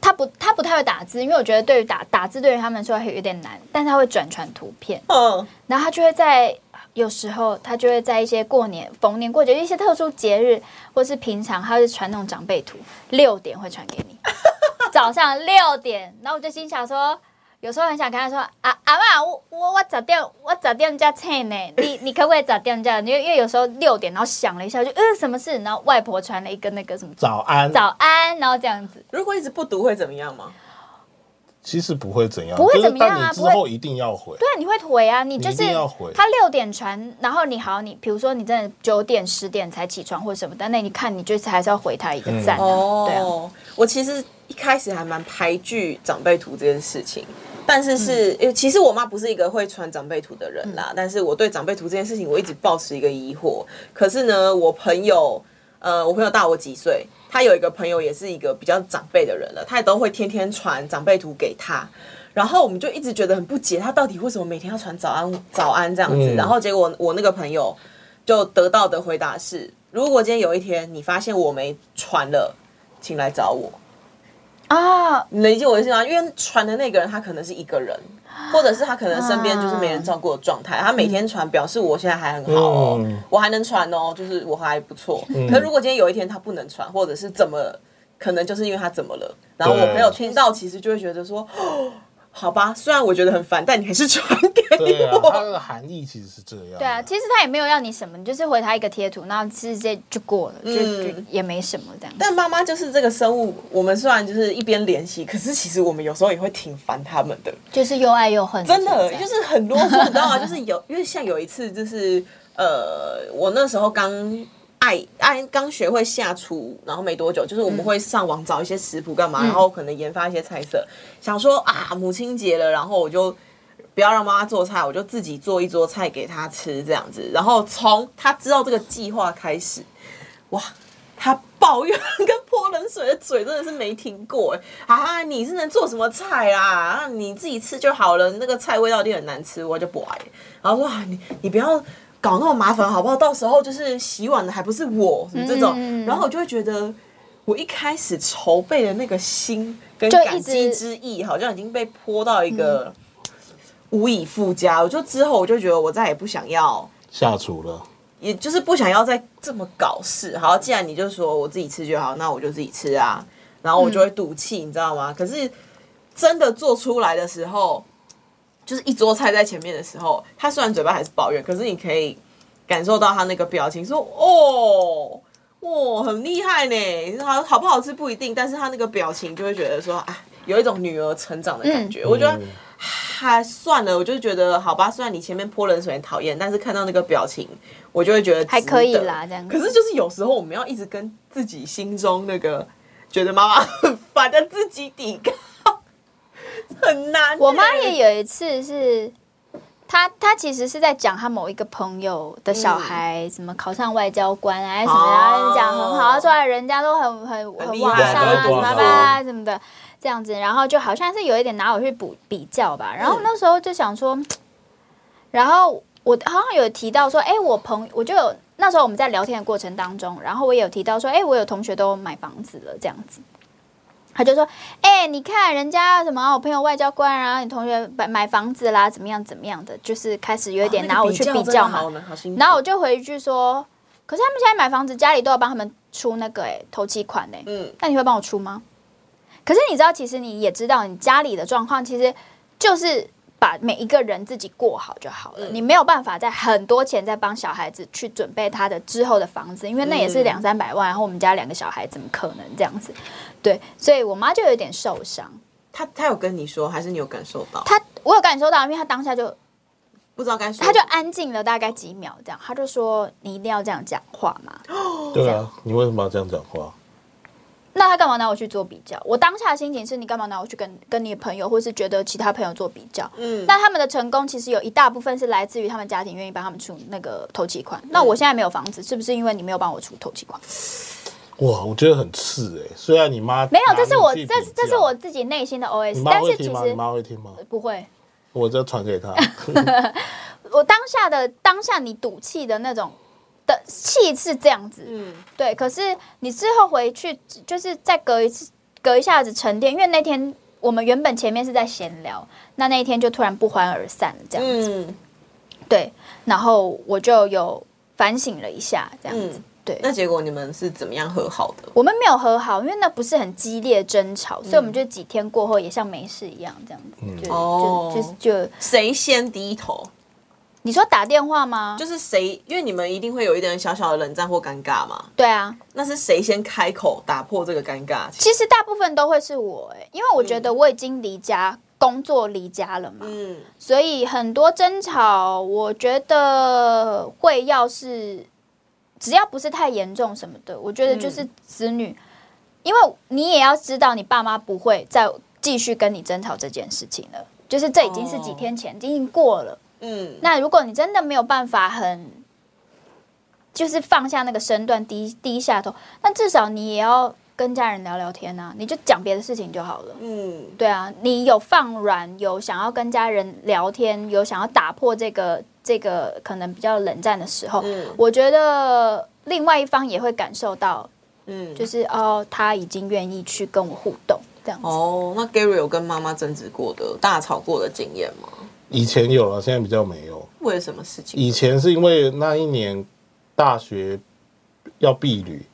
Speaker 4: 他不，他不太会打字，因为我觉得对于打打字对于他们来说会有点难，但是他会转传图片，
Speaker 1: 嗯，
Speaker 4: 然后他就会在有时候他就会在一些过年、逢年过节、一些特殊节日或是平常，他会传那种长辈图，六点会传给你， 早上六点，然后我就心想说。有时候很想跟他说啊阿妈，我我我早点我早点加菜呢，你你可不可以早点加？因为因为有时候六点，然后想了一下就嗯什么事，然后外婆传了一个那个什么
Speaker 3: 早安，
Speaker 4: 早安，然后这样子，
Speaker 1: 如果一直不读会怎么样吗？
Speaker 3: 其实不会怎样，
Speaker 4: 不会
Speaker 3: 就是
Speaker 4: 怎么样啊
Speaker 3: 但你之
Speaker 4: 不会
Speaker 3: 后一定要回。
Speaker 4: 对啊，你会回啊，你就
Speaker 3: 你一
Speaker 4: 是
Speaker 3: 定要回
Speaker 4: 他六点传，然后你好，你比如说你真的九点十点才起床或什么的，那你看你就是还是要回他一个赞、啊对啊，
Speaker 1: 哦，我其实一开始还蛮排拒长辈图这件事情，但是
Speaker 4: 嗯
Speaker 1: 是、因为其实我妈不是一个会传长辈图的人啦，但是我对长辈图这件事情我一直保持一个疑惑。可是呢，我朋友，呃，我朋友大我几岁。他有一个朋友，也是一个比较长辈的人了，他也都会天天传长辈图给他，然后我们就一直觉得很不解，他到底为什么每天要传早安早安这样子？
Speaker 3: 嗯
Speaker 1: 然后结果我那个朋友就得到的回答是：如果今天有一天你发现我没传了，请来找我。
Speaker 4: 啊，
Speaker 1: 啊你理解我的意思吗？因为传的那个人他可能是一个人，或者是他可能身边就是没
Speaker 3: 啊
Speaker 1: 人照顾的状态，他每天传表示我现在还很好哦，
Speaker 3: 嗯
Speaker 1: 我还能传哦，就是我还不错。可如果今天有一天他不能传，或者是怎么了，可能就是因为他怎么了，然后我
Speaker 3: 对
Speaker 1: 朋友听到，其实就会觉得说，哦好吧，虽然我觉得很烦，但你还是传给
Speaker 3: 对啊，它
Speaker 1: 我。
Speaker 3: 的含义其实是这样。
Speaker 4: 对啊，，其实他也没有要你什么，你就是回他一个贴图，然后直接就过了，就就
Speaker 1: 嗯
Speaker 4: 也没什么这样。
Speaker 1: 但妈妈就是这个生物，我们虽然就是一边联系，可是其实我们有时候也会挺烦他们的。
Speaker 4: 就是又爱又恨，
Speaker 1: 真的
Speaker 4: 这样
Speaker 1: 就是很啰嗦，你知道吗？就是有，因为像有一次，就是呃，我那时候刚爱爱刚学会下厨，然后没多久，就是我们会上网找一些食谱干嘛，然后可能研发一些菜色，想说啊，母亲节了，然后我就。不要让妈妈做菜，我就自己做一桌菜给她吃，这样子。然后从她知道这个计划开始，哇，她抱怨跟泼冷水的嘴真的是没停过哎！啊，你是能做什么菜啊？啊你自己吃就好了，那个菜味道一定很难吃，我就不爱。然后说啊，你你不要搞那么麻烦好不好？到时候就是洗碗的还不是我，什么这种。
Speaker 4: 嗯
Speaker 1: 然后我就会觉得，我一开始筹备的那个心跟
Speaker 4: 就一
Speaker 1: 感激
Speaker 4: 直
Speaker 1: 之意，好像已经被泼到一个无以复加。我就之后我就觉得，我再也不想要。
Speaker 3: 下厨了。
Speaker 1: 也就是不想要再这么搞事。好，既然你就说我自己吃就好，那我就自己吃啊。然后我就
Speaker 4: 嗯
Speaker 1: 会赌气，你知道吗？可是真的做出来的时候，就是一桌菜在前面的时候，他虽然嘴巴还是抱怨，可是你可以感受到他那个表情，说哦。哦，很厉害呢！好好不好吃不一定，但是他那个表情就会觉得说，啊，有一种女儿成长的
Speaker 4: 嗯
Speaker 1: 感觉。我觉得还算了，我就觉得好吧，虽然你前面泼冷水很讨厌，但是看到那个表情，我就会觉得值得
Speaker 4: 还可以啦这样子
Speaker 1: 可是就是有时候我们要一直跟自己心中那个觉得妈妈 很烦的自己抵抗，很难欸、
Speaker 4: 我妈也有一次是，她她其实是在讲她某一个朋友的
Speaker 1: 嗯
Speaker 4: 小孩、什么考上外交官啊什么的，然后讲很好，
Speaker 1: 哦
Speaker 4: 说啊人家都很很
Speaker 1: 很
Speaker 4: 很
Speaker 1: 厉
Speaker 4: 往
Speaker 1: 害
Speaker 4: 上啊，
Speaker 3: 很
Speaker 4: 什
Speaker 3: 多
Speaker 4: 么
Speaker 3: 啊
Speaker 4: 吧什么的。这样子，然后就好像是有一点拿我去补比较吧，然
Speaker 1: 嗯
Speaker 4: 后那时候就想说，然后我好像有提到说，哎、我朋我就有那时候我们在聊天的过程当中，然后我也有提到说，哎、我有同学都买房子了这样子，他就说，哎、你看人家什么我朋友外交官啊，你同学买买房子啦，怎么样怎么样的，就是开始有一点拿我去
Speaker 1: 那个
Speaker 4: 比较嘛，
Speaker 1: 比真的好难好辛苦
Speaker 4: 然后我就回一句说，可是他们现在买房子，家里都要帮他们出那个哎、头期款哎、
Speaker 1: 嗯，
Speaker 4: 那你会帮我出吗？可是你知道，其实你也知道，你家里的状况其实就是把每一个人自己过好就好了。
Speaker 1: 嗯
Speaker 4: 你没有办法在很多钱在帮小孩子去准备他的之后的房子，因为那也
Speaker 1: 嗯
Speaker 4: 是两三百万，然后我们家两个小孩怎么可能这样子？对，所以我妈就有点受伤。
Speaker 1: 他他有跟你说，还是你有感受到？
Speaker 4: 她我有感受到，因为她当下就
Speaker 1: 不知道该说什么，
Speaker 4: 她就安静了大概几秒，这样她就说：“你一定要这样讲话吗？”
Speaker 3: 对啊，你为什么要这样讲话？
Speaker 4: 那他干嘛拿我去做比较？我当下的心情是你干嘛拿我去跟跟你的朋友，或是觉得其他朋友做比较？
Speaker 1: 嗯
Speaker 4: 嗯，那他们的成功其实有一大部分是来自于他们家庭愿意帮他们出那个头期款。那我现在没有房子，是不是因为你没有帮我出头期款？
Speaker 3: 哇，我觉得很刺哎、虽然你妈
Speaker 4: 没有，这是我
Speaker 3: 拿你去
Speaker 4: 这
Speaker 3: 比较
Speaker 4: 这是我自己内心的
Speaker 3: 你
Speaker 4: OS，
Speaker 3: 妈
Speaker 4: 但
Speaker 3: 会
Speaker 4: 是其
Speaker 3: 听吗？你
Speaker 4: 实
Speaker 3: 妈会听吗？
Speaker 4: 不会。
Speaker 3: 我再传给她。
Speaker 4: 我当下的当下你赌气的那种的气是这样子，
Speaker 1: 嗯
Speaker 4: 对，可是你之后回去，就是再隔一次，隔一下子沉淀，因为那天我们原本前面是在闲聊，那那一天就突然不欢而散了，这样子。
Speaker 1: 嗯
Speaker 4: 对，然后我就有反省了一下，这样子。
Speaker 1: 嗯。
Speaker 4: 对，
Speaker 1: 那结果你们是怎么样和好的？
Speaker 4: 我们没有和好，因为那不是很激烈争
Speaker 1: 嗯
Speaker 4: 吵，所以我们就几天过后也像没事一样，这样子。就
Speaker 1: 哦
Speaker 4: 就就就，
Speaker 1: 谁先低头？
Speaker 4: 你说打电话吗？
Speaker 1: 就是谁？因为你们一定会有一点小小的冷战或尴尬嘛。
Speaker 4: 对啊，
Speaker 1: 那是谁先开口打破这个尴尬？
Speaker 4: 其实大部分都会是我、欸，因为我觉得我已经离家、工作离家了嘛，
Speaker 1: 嗯，
Speaker 4: 所以很多争吵，我觉得会要是只要不是太严重什么的，我觉得就是子女，因为你也要知道你爸妈不会再继续跟你争吵这件事情了，就是这已经是几天前，已经过了。
Speaker 1: 嗯，
Speaker 4: 那如果你真的没有办法很，就是放下那个身段，低低下头，那至少你也要跟家人聊聊天啊，你就讲别的事情就好了。
Speaker 1: 嗯，
Speaker 4: 对啊，你有放软，有想要跟家人聊天，有想要打破这个这个可能比较冷战的时候，
Speaker 1: 嗯
Speaker 4: 我觉得另外一方也会感受到，
Speaker 1: 嗯，
Speaker 4: 就是哦，他已经愿意去跟我互动，这样子。
Speaker 1: 哦，那 Gary 有跟妈妈争执过的、大吵过的经验吗？
Speaker 3: 以前有了，现在比较没有。
Speaker 1: 为了什么事情？
Speaker 3: 以前是因为那一年大学要避旅，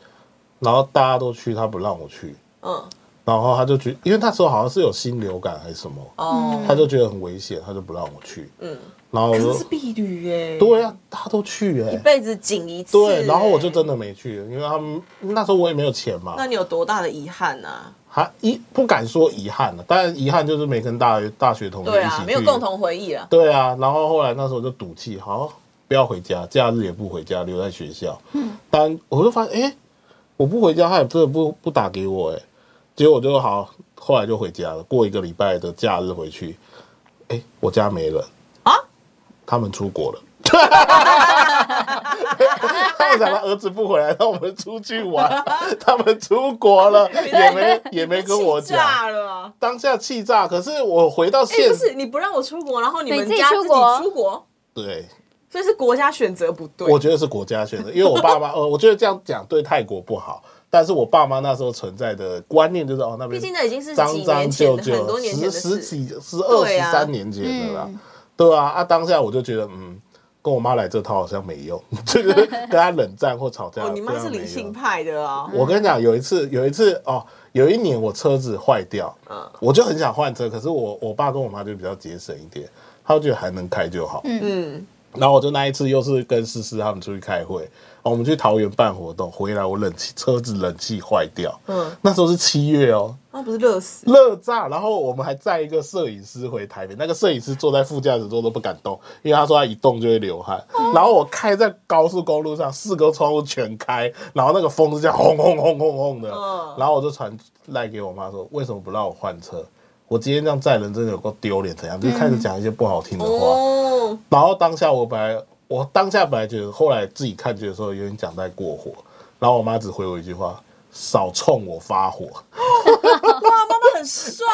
Speaker 3: 然后大家都去，他不让我去，
Speaker 1: 嗯，
Speaker 3: 然后他就觉因为那时候好像是有新流感还是什么，
Speaker 1: 哦，
Speaker 3: 他就觉得很危险，他就不让我去。
Speaker 1: 嗯，
Speaker 3: 然后我
Speaker 1: 可
Speaker 3: 就是
Speaker 1: 是避旅耶，
Speaker 3: 对啊，大家都去哎、
Speaker 1: 一辈子欸仅一次。
Speaker 3: 对，然后我就，真的没去，因为他们那时候我也没有钱嘛
Speaker 1: 欸那，你有多大的遗憾啊？
Speaker 3: 还遗不敢说遗憾了，但遗憾就是没跟大大学同学
Speaker 1: 对
Speaker 3: 一起
Speaker 1: 啊
Speaker 3: 去，，
Speaker 1: 没有共。同回忆了。
Speaker 3: 对啊，然后后来那时候就赌气，好不要回家，假日也不回家，留在学校。嗯，但我就发现，哎、我不回家，他也真的不不打给我、哎，结果我就好，后来就回家了。过一个礼拜的假日回去，哎、我家没人
Speaker 1: 啊，
Speaker 3: 他们出国了。 他们想到儿子不回来，让我们出去玩，他们出国 了，也没也没跟我
Speaker 1: 气
Speaker 3: 讲，
Speaker 1: 炸了。
Speaker 3: 当下气炸。可是我回到
Speaker 1: 哎，
Speaker 3: 现
Speaker 1: 不，是你不让我出国，然后你们
Speaker 4: 你自己
Speaker 1: 家自
Speaker 4: 出
Speaker 1: 己
Speaker 4: 国
Speaker 1: 出国，
Speaker 3: 对，
Speaker 1: 所以是国家选择不对。
Speaker 3: 我觉得是国家选择，因为我爸妈， 呃，我觉得这样讲对泰国不好，但是我爸妈那时候存在的观念就是，哦，那边
Speaker 1: 毕竟那已经是几
Speaker 3: 脏
Speaker 1: 年
Speaker 3: 脏
Speaker 1: 前
Speaker 3: 旧
Speaker 1: 的
Speaker 3: 旧，
Speaker 1: 很多年前
Speaker 3: 十
Speaker 1: 的
Speaker 3: 十
Speaker 1: 事。
Speaker 3: 几、十二、
Speaker 1: 对
Speaker 3: 十
Speaker 1: 啊
Speaker 3: 三年前的啦，
Speaker 4: 嗯
Speaker 3: 对啊，啊，当下我就觉得，嗯，跟我妈来这套好像没用，就是跟她冷战或吵架，
Speaker 1: 哦，你妈
Speaker 3: 对啊
Speaker 1: 是
Speaker 3: 没
Speaker 1: 理性
Speaker 3: 用
Speaker 1: 派的啊。
Speaker 3: 我跟你讲，有一次，有一次哦，有一年我车子坏掉，
Speaker 1: 嗯
Speaker 3: 我就很想换车，可是我我爸跟我妈就比较节省一点，他就觉得还能开就好。
Speaker 1: 嗯，
Speaker 3: 然后我就那一次又是跟思思他们出去开会，哦，我们去桃园办活动，回来我冷气车子冷气坏掉，
Speaker 1: 嗯
Speaker 3: 嗯，那时候是七月哦，
Speaker 1: 那不是热死。
Speaker 3: 热炸，然后我们还载一个摄影师回台北，那个摄影师坐在副驾驶座都不敢动，因为他说他一动就会流汗。
Speaker 1: 哦
Speaker 3: 然后我开在高速公路上，四个窗户全开，然后那个风是这样轰轰轰轰轰的，
Speaker 1: 嗯
Speaker 3: 然后我就传赖给我妈说，为什么不让我换车？我今天这样载人真的有够丢脸，怎样？就开始讲一些不好听的话。
Speaker 1: 哦，
Speaker 3: 然后当下我本来我当下本来觉得，后来自己看剧的时候有点讲在过火，然后我妈只回我一句话：少冲我发火。
Speaker 1: 哇，妈妈很帅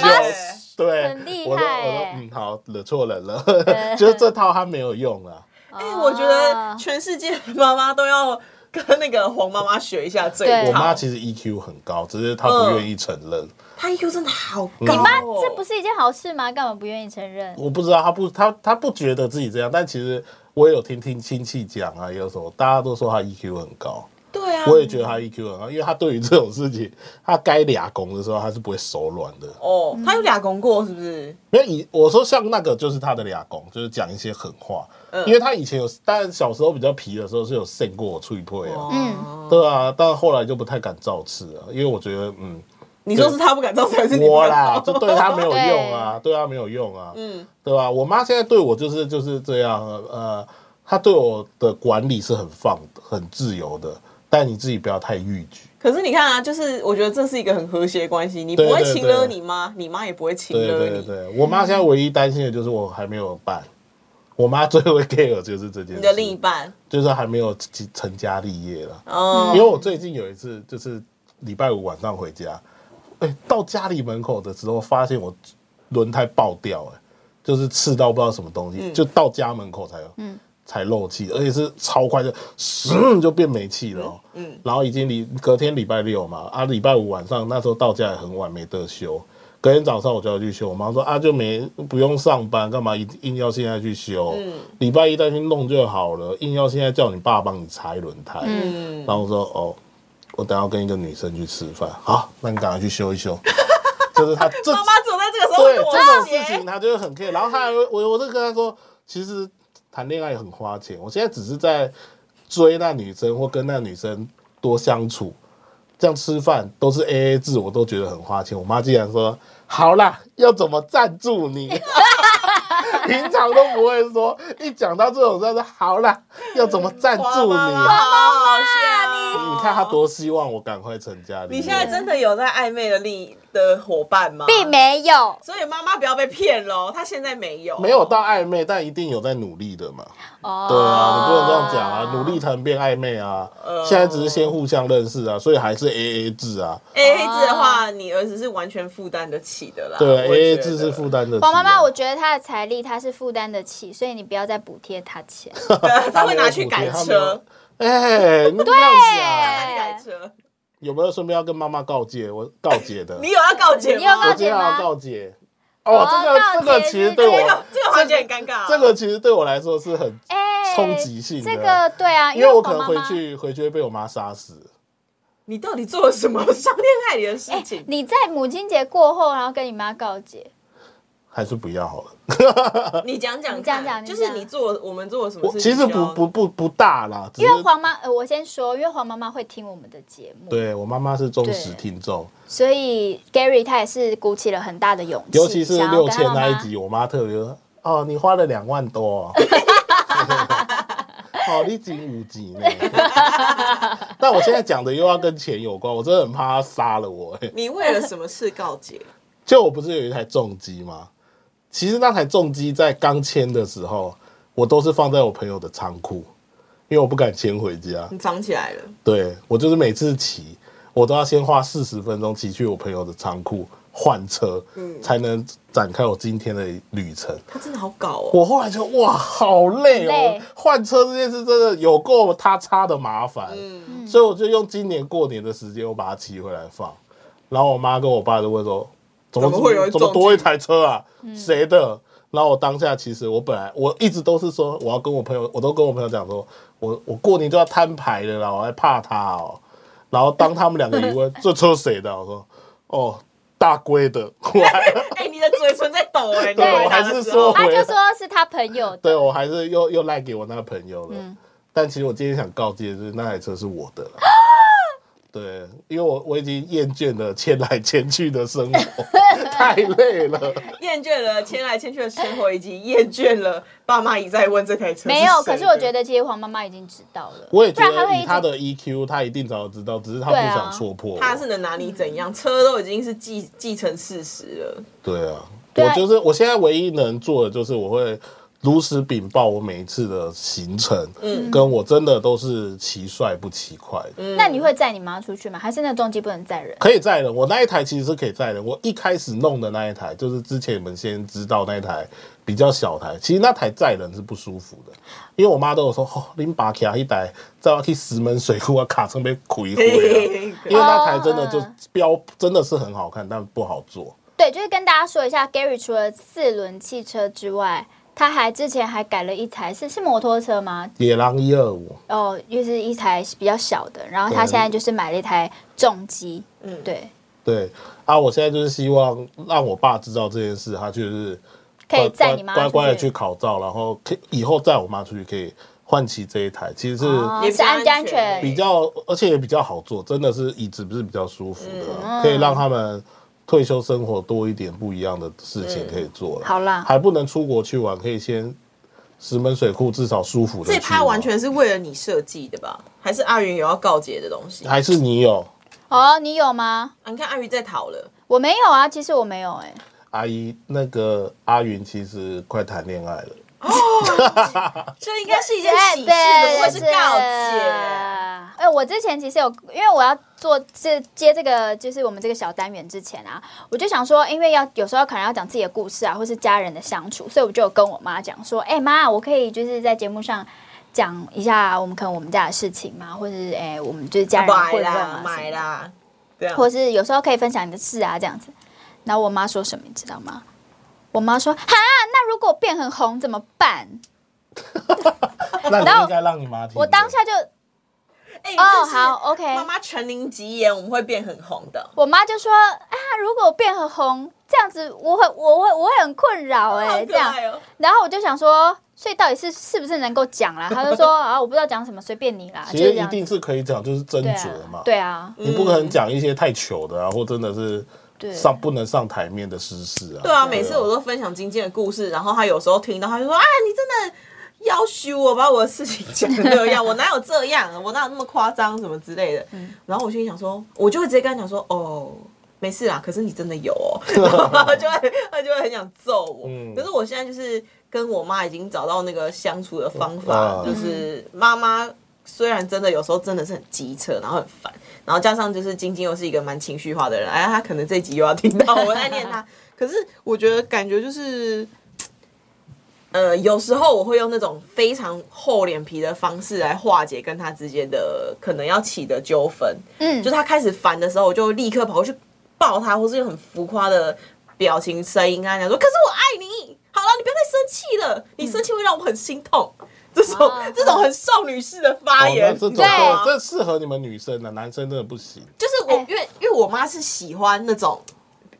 Speaker 1: 哎。
Speaker 3: 对，
Speaker 4: 很厉
Speaker 3: 我说我说
Speaker 4: 害欸
Speaker 3: 嗯，好，惹错人了， 就是这套他没有用啊。
Speaker 1: 哎、我觉
Speaker 4: 啊
Speaker 1: 得全世界的妈妈都要跟那个黄妈妈学一下这
Speaker 4: 对
Speaker 1: 一
Speaker 3: 我妈
Speaker 1: 套。
Speaker 3: 其实 EQ 很高，只是她不愿意承认。
Speaker 4: 嗯
Speaker 1: 她 EQ 真的好高、哦。
Speaker 3: 你妈
Speaker 4: 这不是一件好事吗？干嘛不愿意承认？
Speaker 3: 我不知道她不她她不觉得自己这样，但其实我也有听听亲戚讲啊，也有什么大家都说她 EQ 很高，
Speaker 1: 对
Speaker 4: 嗯
Speaker 1: 啊，
Speaker 3: 我也觉得她 EQ 很高，因为她对于这种事情，她该俩拱的时候，她是不会手软的。
Speaker 1: 哦，她有俩公过是不是？
Speaker 3: 因为以我说像那个就是他的俩公，就是讲一些狠话，
Speaker 1: 嗯
Speaker 3: 因为他以前有，但小时候比较皮的时候是有胜过我脆破啊，
Speaker 1: 嗯，
Speaker 3: 对啊，但后来就不太敢造次了，因为我觉得嗯，
Speaker 1: 你说是她不敢造车，还是你不
Speaker 3: 我
Speaker 1: 敢
Speaker 3: 啦，
Speaker 1: 造
Speaker 3: 就对他没有 用啊，对他没有用啊，嗯，对吧、我妈现在对我就是就是这样，呃，她对我的管理是很放很自由的，但你自己不要太逾矩。
Speaker 1: 可是你看啊，就是我觉得这是一个很和谐的关系，你不会
Speaker 3: 对对
Speaker 1: 亲了
Speaker 3: 对
Speaker 1: 你妈，你妈也不会亲
Speaker 3: 对
Speaker 1: 了
Speaker 3: 对
Speaker 1: 你。
Speaker 3: 对，我妈现在唯一担心的就是我还没有办，我妈最会 care 就是这件事。
Speaker 1: 你的另一半，
Speaker 3: 就是还没有成成家立业了。
Speaker 1: 哦
Speaker 3: 因为我最近有一次，就是礼拜五晚上回家，哎、到家里门口的时候，发现我轮胎爆掉、哎，就是刺到不知道什么东西，就到家门口才有，才漏气，而且是超快就，嗯，就变没气了、哦嗯，然后已经礼隔天礼拜六嘛，啊，礼拜五晚上那时候到家也很晚，没得休。隔天早上我就要去修，我妈说啊就没不用上班，干嘛一硬要现在去修？礼、拜一再去弄就好了，硬要现在叫你爸帮你拆轮胎。
Speaker 1: 嗯
Speaker 3: 然后我说哦，我等下要跟一个女生去吃饭，好，那你赶快去修一修。 就是他这
Speaker 1: 妈妈只有在这个时候
Speaker 3: 对
Speaker 1: 会躲
Speaker 3: 这种
Speaker 1: 着
Speaker 3: 事情，
Speaker 1: 你。
Speaker 3: 他就会很 care。然后他还会，我我就跟他说，其实谈恋爱很花钱，我现在只是在追那女生或跟那女生多相处，这样吃饭都是 A A 制，我都觉得很花钱。我妈竟然说，好啦，要怎么赞助你？ 平常都不会说，一讲到这种事，她说好啦，要怎么赞
Speaker 1: 哇
Speaker 3: 助你？
Speaker 1: 妈妈好好笑哦
Speaker 3: 你看他多希望我赶快成家立业。
Speaker 1: 你现在真的有在暧昧的另的伙伴吗？
Speaker 4: 并没有
Speaker 1: 所以妈妈不要被骗喽，她现在没有，
Speaker 3: 没有到暧昧，但一定有在努力的嘛。
Speaker 4: 哦。
Speaker 3: 对啊，你不能这样讲啊，努力才能变暧昧啊。
Speaker 4: 哦
Speaker 3: 现在只是先互相认识啊，所以还是 A A 制啊。
Speaker 1: A A 制的话，你儿子是完全负担得起的
Speaker 4: 啊
Speaker 1: 啦。
Speaker 3: 对
Speaker 1: 我
Speaker 3: ，A A
Speaker 1: 觉
Speaker 3: 制
Speaker 1: 得
Speaker 3: 是负担得起的。啊
Speaker 4: 黄妈妈，我觉得她的财力她是负担得起，所以你不要再补贴她钱。
Speaker 3: 啊哦
Speaker 1: 他会拿去改车，
Speaker 3: 哎，你这样子啊
Speaker 1: 拿去改车。
Speaker 3: 有没有顺便要跟妈妈告诫？我告诫的，
Speaker 1: 你有要告诫
Speaker 4: 你有
Speaker 1: 吗？
Speaker 4: 告
Speaker 3: 我今
Speaker 4: 诫
Speaker 3: 天要
Speaker 4: 吗？
Speaker 3: 告诫。哦，这个
Speaker 4: 告诫
Speaker 3: 这个其实对
Speaker 4: 是
Speaker 1: 这
Speaker 4: 这
Speaker 3: 我
Speaker 1: 个这个环节很尴尬啊。
Speaker 3: 这个其实对我来说是很，
Speaker 4: 哎
Speaker 3: 冲击性的
Speaker 4: 这个对啊，
Speaker 3: 因为我
Speaker 4: 我
Speaker 3: 可能
Speaker 4: 妈
Speaker 3: 回
Speaker 4: 妈。
Speaker 3: 去回去会被我妈杀死。
Speaker 1: 你到底做了什么 伤天害理的事
Speaker 4: 哎
Speaker 1: 情，？
Speaker 4: 你在母亲节过后，然后跟你妈告诫，
Speaker 3: 嗯还是不要好了。
Speaker 1: 你讲讲看，
Speaker 4: 哎你讲讲你
Speaker 1: 就
Speaker 4: 讲
Speaker 1: 是你做我们做了什么
Speaker 3: 我
Speaker 1: 事
Speaker 3: 其
Speaker 1: 情需
Speaker 3: 实
Speaker 1: 要？
Speaker 3: 不不不不大啦，只
Speaker 4: 因
Speaker 3: 是
Speaker 4: 为黄妈，呃，我先说，因为黄妈妈会听我们的节目，
Speaker 3: 对我妈妈是忠实听众，
Speaker 4: 所以 Gary 他也是鼓起了很大的勇气，
Speaker 3: 尤其是
Speaker 4: 想要
Speaker 3: 六
Speaker 4: 跟
Speaker 3: 千
Speaker 4: 他
Speaker 3: 那一
Speaker 4: 妈
Speaker 3: 集，我妈特别说：“哦，你花了两万多、哦， 哦，你仅五集呢。” 但我现在讲的又要跟钱有关，我真的很怕她杀了我、欸。
Speaker 1: 你为了什么事告解？
Speaker 3: 就我不是有一台重机吗？其实那台重机在刚签的时候，我都是放在我朋友的仓库，因为我不敢签回家。
Speaker 1: 你藏起来了，
Speaker 3: 对我就是每次骑，我都要先花四十分钟骑去我朋友的仓库换车，
Speaker 4: 嗯
Speaker 3: 才能展开我今天的旅程。
Speaker 1: 他真的好搞哦。
Speaker 3: 我后来就哇，好累哦
Speaker 4: 累，
Speaker 3: 换车这件事真的有够他差的麻烦，
Speaker 1: 嗯
Speaker 3: 所以我就用今年过年的时间，我把它骑回来放。然后我妈跟我爸就问说：“怎么
Speaker 1: 怎么会有一
Speaker 3: 怎么
Speaker 1: 种
Speaker 3: 多一台车啊？谁的？”然后我当下其实我本来我一直都是说我要跟我朋友，我都跟我朋友讲说，我我过年就要摊牌了啦，我还怕他哦。然后当他们两个一问这车谁的，我说哦大龟的，我还
Speaker 1: 哎、你的嘴唇在抖哎、你
Speaker 3: 对
Speaker 1: 回答
Speaker 3: 我还
Speaker 1: 的
Speaker 3: 是
Speaker 1: 时候
Speaker 3: 说
Speaker 4: 他
Speaker 3: 回
Speaker 4: 就说是他朋友的，
Speaker 3: 对我还是又又赖给我那个朋友了。
Speaker 4: 嗯
Speaker 3: 但其实我今天想告诫的就是那台车是我 的了。对，因为我我已经厌倦了牵来牵去的生 活，太累了。
Speaker 1: 厌倦了牵来牵去的生活，以及厌倦了爸妈一再问这台车
Speaker 4: 没有。
Speaker 1: 谁
Speaker 4: 可是我
Speaker 1: 的
Speaker 4: 觉得其实黄妈妈已经知道了，
Speaker 3: 我也觉
Speaker 4: 不然她
Speaker 3: 得
Speaker 4: 会
Speaker 3: 以
Speaker 4: 一
Speaker 3: 他
Speaker 4: 直
Speaker 3: 的 EQ，他一定早就知道，只是他
Speaker 4: 对啊
Speaker 3: 不想戳破我。
Speaker 1: 他是能拿你怎样？车都已经是既既成事实了，
Speaker 3: 对啊，
Speaker 4: 对
Speaker 3: 我
Speaker 4: 啊
Speaker 3: 就是我现在唯一能做的就是我会如实禀报我每一次的行程，嗯，跟我真的都是骑帅不骑快的。
Speaker 4: 那你会载你妈出去吗？还是那重机不能载人？
Speaker 3: 可以载人，我那一台其实是可以载人。我一开始弄的那一台，就是之前你们先知道那一台比较小台，其实那台载人是不舒服的，因为我妈都有说，哦，拎把卡一台，再要去石门水库啊，卡车被毁毁啊。因为那台真的就
Speaker 4: 哦嗯
Speaker 3: 标真的是很好看，但不好做。
Speaker 4: 对，就是跟大家说一下，Gary 除了四轮汽车之外，他还之前还改了一台是是摩托车吗？
Speaker 3: 野狼一二五，
Speaker 4: 哦，又是一台比较小的，然后他
Speaker 3: 对
Speaker 4: 现在就是买了一台重机，
Speaker 1: 嗯
Speaker 4: 对，
Speaker 3: 对啊，我现在就是希望让我爸知道这件事，他就是
Speaker 4: 可以载
Speaker 3: 乖
Speaker 4: 你妈
Speaker 3: 乖乖的
Speaker 4: 出
Speaker 3: 去
Speaker 4: 去。
Speaker 3: 考照，然后可以以后载我妈出去可以换骑这一台，其实是。
Speaker 4: 哦
Speaker 1: 也比
Speaker 4: 是
Speaker 1: 较
Speaker 4: 安
Speaker 1: 安全
Speaker 4: 全，
Speaker 3: 比较，而且也比较好做，真的是椅子不是比较舒服的，
Speaker 4: 嗯
Speaker 3: 可以让他们退休生活多一点不一样的事情可以做了。
Speaker 4: 嗯好啦
Speaker 3: 还不能出国去玩，可以先石门水库至少舒服的。
Speaker 1: 这趴完全是为了你设计的吧？还是阿云有要告解的东西？啊啊
Speaker 3: 还是你有
Speaker 4: 哦，你有吗？
Speaker 1: 你看阿云在逃了，
Speaker 4: 我没有啊，其实我没有哎、
Speaker 3: 阿姨那个阿云，其实快谈恋爱了。
Speaker 1: 这应该是一件喜事，不会是告解。
Speaker 4: 哎、我之前其实有，因为我要做这接这个，就是我们这个小单元之前啊，我就想说，因为要有时候可能要讲自己的故事啊，或是家人的相处，所以我就有跟我妈讲说，哎、妈，我可以就是在节目上。讲一下我们可能我们家的事情嘛，或者是哎、我们就是家人的
Speaker 1: 买
Speaker 4: 混乱
Speaker 1: 啦
Speaker 4: 啊，什么
Speaker 1: 买
Speaker 4: 的
Speaker 1: 啦，对啊，
Speaker 4: 或是有时候可以分享你的事啊，这样子。然后我妈说什么，你知道吗？我妈说：“哈，那如果我变很红怎么办
Speaker 3: 那你
Speaker 4: 然后
Speaker 3: 应该让你妈听。？”
Speaker 4: 哦我当下就
Speaker 1: 哎
Speaker 4: 哦
Speaker 1: 这是
Speaker 4: 好，OK。
Speaker 1: 妈妈成您吉言，我们会变很红的。
Speaker 4: 我妈就说：“啊，如果我变很红，这样子我会我会我会很困扰哎、
Speaker 1: 好
Speaker 4: 这
Speaker 1: 可
Speaker 4: 样。
Speaker 1: 爱”哦！
Speaker 4: 然后我就想说，所以到底是是不是能够讲啦？她 就说：“啊，我不知道讲什么，随便你啦。”
Speaker 3: 其
Speaker 4: 就
Speaker 3: 实
Speaker 4: 是这
Speaker 3: 一
Speaker 4: 样
Speaker 3: 定
Speaker 4: 子。
Speaker 3: 是可以讲，就是斟
Speaker 4: 对
Speaker 3: 酌嘛
Speaker 4: 啊，。对啊，
Speaker 3: 你不可能讲一些太糗的啊，或真的是
Speaker 4: 对。
Speaker 3: 上不能上台面的私事啊。
Speaker 1: 对啊，每次我都分享金靖的故事，然后他有时候听到，他就说：“啊，你真的要许我把我的事情讲成这样，我哪有这样，啊我哪有那么夸张什么之类的。”
Speaker 4: 嗯
Speaker 1: 然后我心里想说，我就会直接跟他讲说：“哦。”没事啦，可是你真的有 哦，然后就会他就会很想揍我。
Speaker 3: 嗯
Speaker 1: 可是我现在就是跟我妈已经找到那个相处的方法，
Speaker 3: 嗯
Speaker 1: 就是妈妈虽然真的有时候真的是很机车，然后很烦，然后加上就是晶晶又是一个蛮情绪化的人，哎，她可能这集又要听到我在念她，可是我觉得感觉就是呃，有时候我会用那种非常厚脸皮的方式来化解跟他之间的可能要起的纠纷。
Speaker 4: 嗯
Speaker 1: 就他开始烦的时候，我就立刻跑过去抱他，或是用很浮夸的表情、声音跟他讲说：“可是我爱你，好了，你不要再生气了，你生气会让我很心痛。”这种、
Speaker 4: 啊
Speaker 1: 这种很少女式的发
Speaker 3: 哦，那
Speaker 1: 言，
Speaker 3: 这种
Speaker 1: 你知道吗
Speaker 3: 对这适合你们女生的，男生真的不行。
Speaker 1: 就是我
Speaker 4: 哎，
Speaker 1: 因为因为我妈是喜欢那种，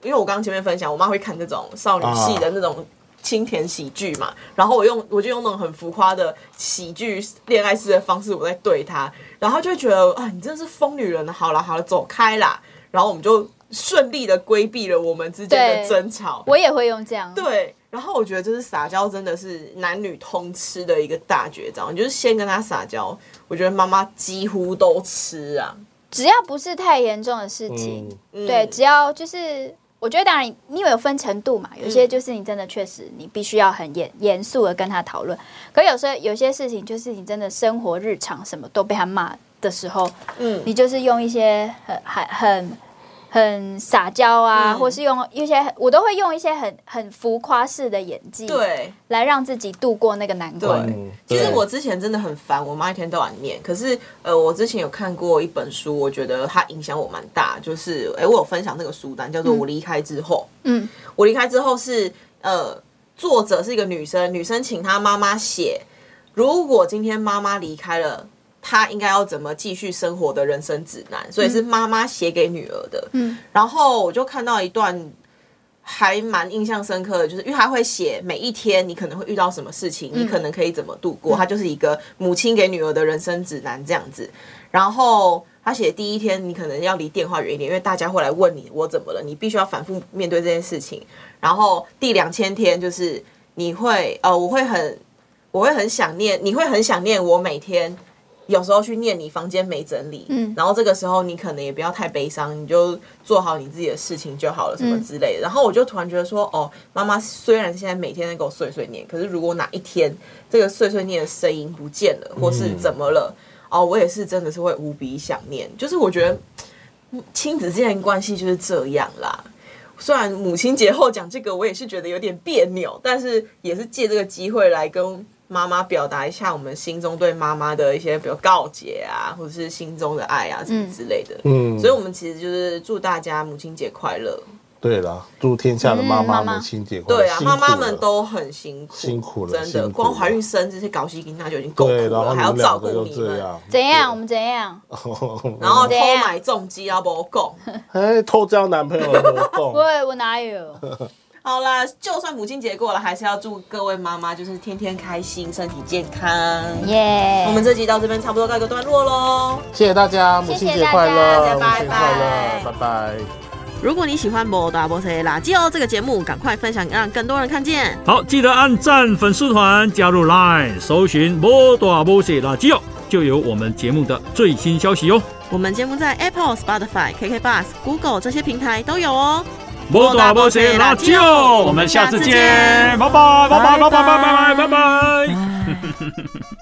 Speaker 1: 因为我刚刚前面分享，我妈会看这种少女系的那种清甜喜剧嘛，然后我用我就用那种很浮夸的喜剧恋爱式的方式我在对她，然后她就会觉得啊，你真的是疯女人，好了好了，走开啦，然后我们就顺利的规避了我们之间的
Speaker 4: 对
Speaker 1: 争吵，
Speaker 4: 我也会用这样。
Speaker 1: 对，然后我觉得就是撒娇真的是男女通吃的一个大绝招，你就是先跟他撒娇，我觉得妈妈几乎都吃啊，
Speaker 4: 只要不是太严重的事情，
Speaker 1: 嗯
Speaker 4: 对，只要就是。我觉得当然，你有分程度嘛，有
Speaker 1: 嗯
Speaker 4: 些就是你真的确实你必须要很严严肃的跟他讨论，可有时候有些事情就是你真的生活日常什么都被他骂的时候，
Speaker 1: 嗯
Speaker 4: 你就是用一些很很很很撒娇啊，
Speaker 1: 嗯
Speaker 4: 或是用一些我都会用一些很很浮夸式的演技，，
Speaker 1: 对。
Speaker 4: 来让自己度过那个难关。
Speaker 1: 对
Speaker 3: 嗯，
Speaker 1: 其实
Speaker 3: 对
Speaker 1: 我之前真的很烦，我妈一天到晚念。可是，呃，我之前有看过一本书，我觉得它影响我蛮大。就是，哎、我有分享那个书单，叫做《我离开之后》。
Speaker 4: 嗯，
Speaker 1: 我离开之后是，呃，作者是一个女生，女生请她妈妈写，如果今天妈妈离开了。她应该要怎么继续生活的人生指南，所以是妈妈写给女儿的。
Speaker 4: 嗯，
Speaker 1: 然后我就看到一段还蛮印象深刻的，就是因为他会写每一天你可能会遇到什么事情，你可能可以怎么度过，他就是一个母亲给女儿的人生指南这样子。然后他写第一天，你可能要离电话远一点，因为大家会来问你我怎么了，你必须要反复面对这件事情。然后第两千天就是你会呃，我会很我会很想念，你会很想念我每天。有时候去念你房间没整理，嗯
Speaker 4: 嗯，
Speaker 1: 然后这个时候你可能也不要太悲伤，你就做好你自己的事情就好了，什么之类的。然后我就突然觉得说，哦，妈妈虽然现在每天在给我碎碎念，可是如果哪一天这个碎碎念的声音不见了，或是怎么了，哦，我也是真的是会无比想念。就是我觉得嗯亲子之间的关系就是这样啦。虽然母亲节后讲这个，我也是觉得有点别扭，但是也是借这个机会来跟妈妈表达一下我们心中对妈妈的一些，比如告解啊，或者是心中的爱啊，什么之类的。
Speaker 3: 嗯，
Speaker 1: 所以，我们其实就是祝大家母亲节快乐。
Speaker 3: 对啦，祝天下的妈
Speaker 4: 嗯妈
Speaker 3: 妈
Speaker 4: 妈
Speaker 3: 们亲节快乐。
Speaker 1: 对啊，
Speaker 3: 辛苦
Speaker 1: 妈妈们
Speaker 3: 了
Speaker 1: 都很辛苦，
Speaker 3: 辛苦了
Speaker 1: 真
Speaker 3: 辛
Speaker 1: 的，
Speaker 3: 苦了
Speaker 1: 光怀孕生这些搞基因，那就已经够苦
Speaker 3: 对，然后
Speaker 1: 了，
Speaker 3: 你
Speaker 1: 还要
Speaker 3: 们
Speaker 1: 照
Speaker 3: 两
Speaker 1: 顾
Speaker 3: 个又
Speaker 1: 你
Speaker 3: 这
Speaker 1: 们，
Speaker 3: 样，嗯
Speaker 4: 怎样？我们怎样？
Speaker 3: 哦
Speaker 1: 然 后偷
Speaker 4: 怎样
Speaker 1: 买重机要不够。
Speaker 3: 哎，偷交男朋友的活动，
Speaker 4: 我我哪有？
Speaker 1: 好啦，就算母亲节过了，还是要祝各位妈妈就是天天开心，身体健康。
Speaker 4: 耶！
Speaker 1: 我们这集到这边差不多告一个段落喽。
Speaker 3: 谢谢大家，母
Speaker 4: 谢谢
Speaker 3: 亲节
Speaker 4: 大
Speaker 3: 快
Speaker 4: 家
Speaker 1: 大家
Speaker 3: 乐，母
Speaker 1: 拜
Speaker 3: 亲节快
Speaker 1: 拜
Speaker 3: 乐，拜拜。
Speaker 1: 如果你喜欢《摩达波塞垃圾哦》这个节目，赶快分享，让更多人看见。
Speaker 2: 好，记得按赞粉丝团，加入 Line，搜寻“摩大摩西垃圾哦”，就有我们节目的最新消息哦哟。
Speaker 1: 我们节目在 Apple、Spotify、KK Bus、Google 这些平台都有哦。
Speaker 2: 摩大摩西垃圾哦，我们下次见，拜拜拜拜拜拜拜拜拜拜。